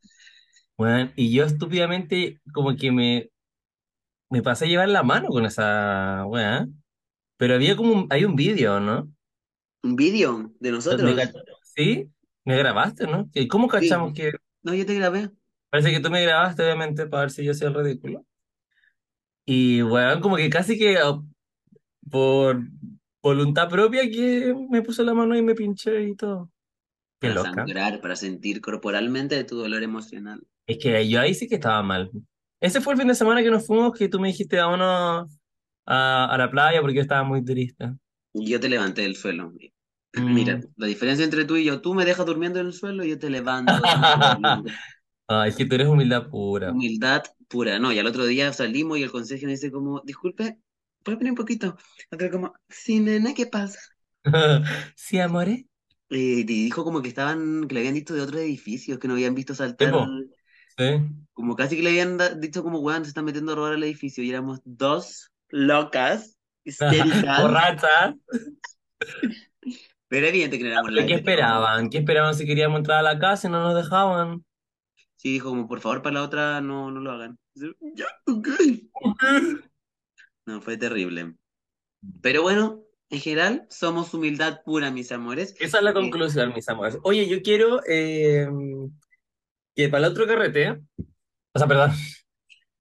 [SPEAKER 1] Bueno, y yo estúpidamente como que me, me pasé a llevar la mano con esa weá. Pero había como un, hay un vídeo, ¿no?
[SPEAKER 2] Un vídeo de nosotros.
[SPEAKER 1] Me cach- ¿Sí? ¿Me grabaste, no? ¿Y cómo
[SPEAKER 2] Sí.
[SPEAKER 1] cachamos que...?
[SPEAKER 2] No, yo te grabé.
[SPEAKER 1] Parece que tú me grabaste, obviamente, para ver si yo hacía el ridículo. Y, weón, como que casi que ah, por voluntad propia que me puso la mano y me pinché y todo. Qué
[SPEAKER 2] Para
[SPEAKER 1] loca.
[SPEAKER 2] sangrar, para sentir corporalmente tu dolor emocional.
[SPEAKER 1] Es que yo ahí sí que estaba mal. Ese fue el fin de semana que nos fuimos, que tú me dijiste vámonos a, a la playa porque yo estaba muy triste.
[SPEAKER 2] Y Yo te levanté del suelo. Mira,
[SPEAKER 1] Mm.
[SPEAKER 2] la diferencia entre tú y yo, tú me dejas durmiendo en el suelo y yo te levanto del suelo.
[SPEAKER 1] Ay, es que tú eres humildad pura.
[SPEAKER 2] Humildad pura, no. Y al otro día salimos y el conserje me dice como, disculpe, ¿puedo venir un poquito? Acá como, sí, nena, ¿qué pasa?
[SPEAKER 1] Sí, amores.
[SPEAKER 2] Eh, y dijo como que estaban, que le habían visto de otros edificios, que no habían visto saltar,
[SPEAKER 1] Tipo, sí.
[SPEAKER 2] como casi que le habían da- dicho como, weón, se están metiendo a robar el edificio. Y éramos dos locas, histéricas.
[SPEAKER 1] Borrachas.
[SPEAKER 2] Pero evidente que no éramos
[SPEAKER 1] ¿Pero
[SPEAKER 2] las
[SPEAKER 1] qué
[SPEAKER 2] heteros.
[SPEAKER 1] esperaban? ¿Qué esperaban si queríamos entrar a la casa y no nos dejaban?
[SPEAKER 2] Sí, dijo como, por favor, para la otra no, no lo hagan. Y yo, "Ya, ok". No, fue terrible. Pero bueno, en general, somos humildad pura, mis amores.
[SPEAKER 1] Esa es la
[SPEAKER 2] Eh,
[SPEAKER 1] conclusión, mis amores. Oye, yo quiero eh, que para el otro carrete, o sea, perdón,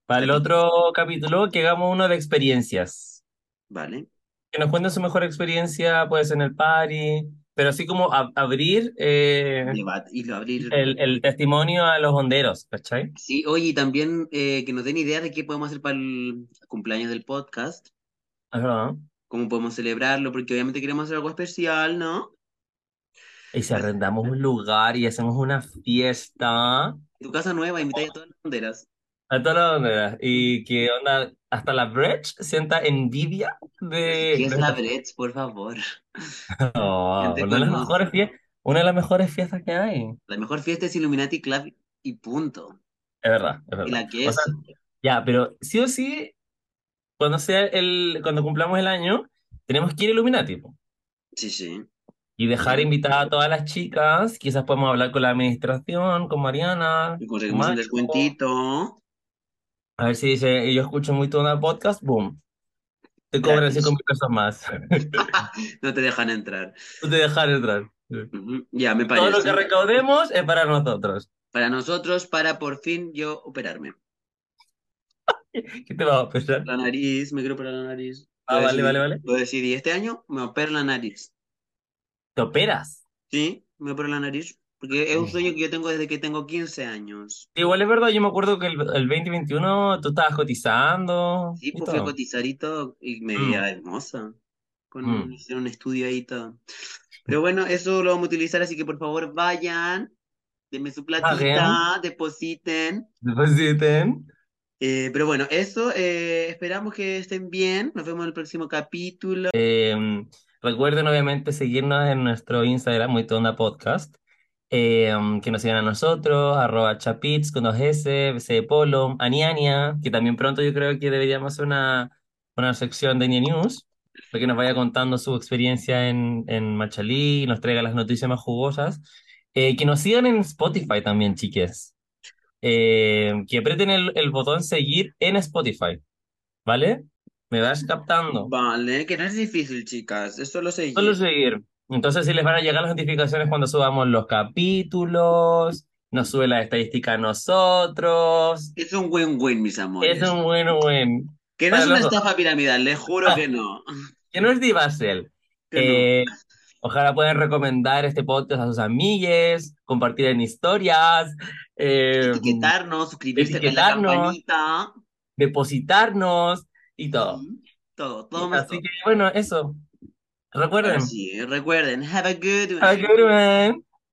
[SPEAKER 1] para el
[SPEAKER 2] capítulo,
[SPEAKER 1] otro capítulo, que hagamos uno de experiencias.
[SPEAKER 2] ¿vale?
[SPEAKER 1] Que nos cuenten su mejor experiencia, pues en el party, pero así como ab- abrir eh,
[SPEAKER 2] Debate y lo abrir.
[SPEAKER 1] el, el testimonio a los honderos, ¿cachai?
[SPEAKER 2] Sí, oye, y también eh, que nos den ideas de qué podemos hacer para el cumpleaños del podcast,
[SPEAKER 1] Es verdad.
[SPEAKER 2] cómo podemos celebrarlo, porque obviamente queremos hacer algo especial, ¿no?
[SPEAKER 1] Y
[SPEAKER 2] Así
[SPEAKER 1] si arrendamos
[SPEAKER 2] que,
[SPEAKER 1] un lugar y hacemos una fiesta.
[SPEAKER 2] tu casa nueva, invitáis a todas las banderas.
[SPEAKER 1] A todas las maneras. Y que onda, hasta la Bretch sienta envidia
[SPEAKER 2] Pero si
[SPEAKER 1] de,
[SPEAKER 2] ¿qué es
[SPEAKER 1] de
[SPEAKER 2] la
[SPEAKER 1] esta
[SPEAKER 2] Bretz, por favor?
[SPEAKER 1] No,
[SPEAKER 2] Gente
[SPEAKER 1] una de las
[SPEAKER 2] conoce.
[SPEAKER 1] mejores fiestas, una de las mejores fiestas que hay.
[SPEAKER 2] La mejor fiesta es Illuminati Club y punto.
[SPEAKER 1] Es verdad, es
[SPEAKER 2] Y
[SPEAKER 1] verdad.
[SPEAKER 2] la que
[SPEAKER 1] O sea,
[SPEAKER 2] es.
[SPEAKER 1] ya, pero sí o sí, cuando sea el, cuando cumplamos el año, tenemos que ir a Illuminati, po.
[SPEAKER 2] Sí, sí.
[SPEAKER 1] Y dejar
[SPEAKER 2] Bueno,
[SPEAKER 1] invitadas a todas las chicas. Quizás podemos hablar con la administración, con Mariana,
[SPEAKER 2] y
[SPEAKER 1] con
[SPEAKER 2] conseguimos un
[SPEAKER 1] Mario.
[SPEAKER 2] descuentito
[SPEAKER 1] A ver si dice, yo escucho muy tu onda podcast, boom. Te cobran
[SPEAKER 2] gratis.
[SPEAKER 1] cinco mil pesos más.
[SPEAKER 2] No te dejan entrar.
[SPEAKER 1] No te dejan entrar.
[SPEAKER 2] Ujú, Ya, me
[SPEAKER 1] Todo lo
[SPEAKER 2] parece.
[SPEAKER 1] que recaudemos es para nosotros.
[SPEAKER 2] Para nosotros, para por fin yo operarme.
[SPEAKER 1] ¿Qué te va a pensar?
[SPEAKER 2] La nariz, me quiero operar la nariz. Lo
[SPEAKER 1] Ah, vale,
[SPEAKER 2] decidí.
[SPEAKER 1] vale, vale.
[SPEAKER 2] Lo decidí. Este año me opero la nariz.
[SPEAKER 1] ¿Te operas?
[SPEAKER 2] Sí, me opero la nariz. Porque es un
[SPEAKER 1] Mm.
[SPEAKER 2] sueño que yo tengo desde que tengo 15 años.
[SPEAKER 1] Igual es verdad, yo me acuerdo que el, el 2021 tú estabas cotizando
[SPEAKER 2] Sí,
[SPEAKER 1] y
[SPEAKER 2] pues fui a
[SPEAKER 1] todo.
[SPEAKER 2] cotizar y todo, y me
[SPEAKER 1] Mm,
[SPEAKER 2] veía hermosa. Con,
[SPEAKER 1] mm.
[SPEAKER 2] hicieron un estudio ahí y todo. Pero bueno, eso lo vamos a utilizar, así que por favor vayan, denme
[SPEAKER 1] Ah,
[SPEAKER 2] su
[SPEAKER 1] Paguen,
[SPEAKER 2] platita, depositen.
[SPEAKER 1] depositen.
[SPEAKER 2] Eh, pero bueno, eso, eh, esperamos que estén bien. Nos vemos en el próximo capítulo.
[SPEAKER 1] Eh, recuerden, obviamente, seguirnos en nuestro Instagram, Muy Tonda Podcast. Eh, que nos sigan a nosotros, arroba chapits con dos S, BC de Polo, Aniania, que también pronto yo creo que deberíamos hacer una, una sección de Ania News, para que nos vaya contando su experiencia en, en Machalí y nos traiga las noticias más jugosas. Eh, que nos sigan en Spotify también, chiques. Eh, que aprieten el, el botón seguir en Spotify, ¿vale? ¿Me vas captando?
[SPEAKER 2] Vale, que no es difícil, chicas, es solo
[SPEAKER 1] Solo
[SPEAKER 2] seguir.
[SPEAKER 1] seguir. Entonces, si les van a llegar las notificaciones cuando subamos los capítulos, nos sube la estadística a nosotros.
[SPEAKER 2] Es un win-win, mis
[SPEAKER 1] Es
[SPEAKER 2] amores.
[SPEAKER 1] un win-win
[SPEAKER 2] Que no es
[SPEAKER 1] para
[SPEAKER 2] una
[SPEAKER 1] los dos.
[SPEAKER 2] estafa piramidal, les juro que no.
[SPEAKER 1] Que no es Divacel.
[SPEAKER 2] Que no.
[SPEAKER 1] Eh, ojalá puedan recomendar este podcast a sus amigues, compartir en historias, eh,
[SPEAKER 2] Etiquetarnos, suscribirse, darle a la
[SPEAKER 1] etiquetarnos,
[SPEAKER 2] campanita.
[SPEAKER 1] depositarnos y todo.
[SPEAKER 2] Sí, todo, todo
[SPEAKER 1] Y-
[SPEAKER 2] más
[SPEAKER 1] Así que,
[SPEAKER 2] todo.
[SPEAKER 1] bueno, eso.
[SPEAKER 2] Ahora
[SPEAKER 1] Recuerden.
[SPEAKER 2] sí, recuerden, have a good
[SPEAKER 1] Have a
[SPEAKER 2] one.
[SPEAKER 1] good one.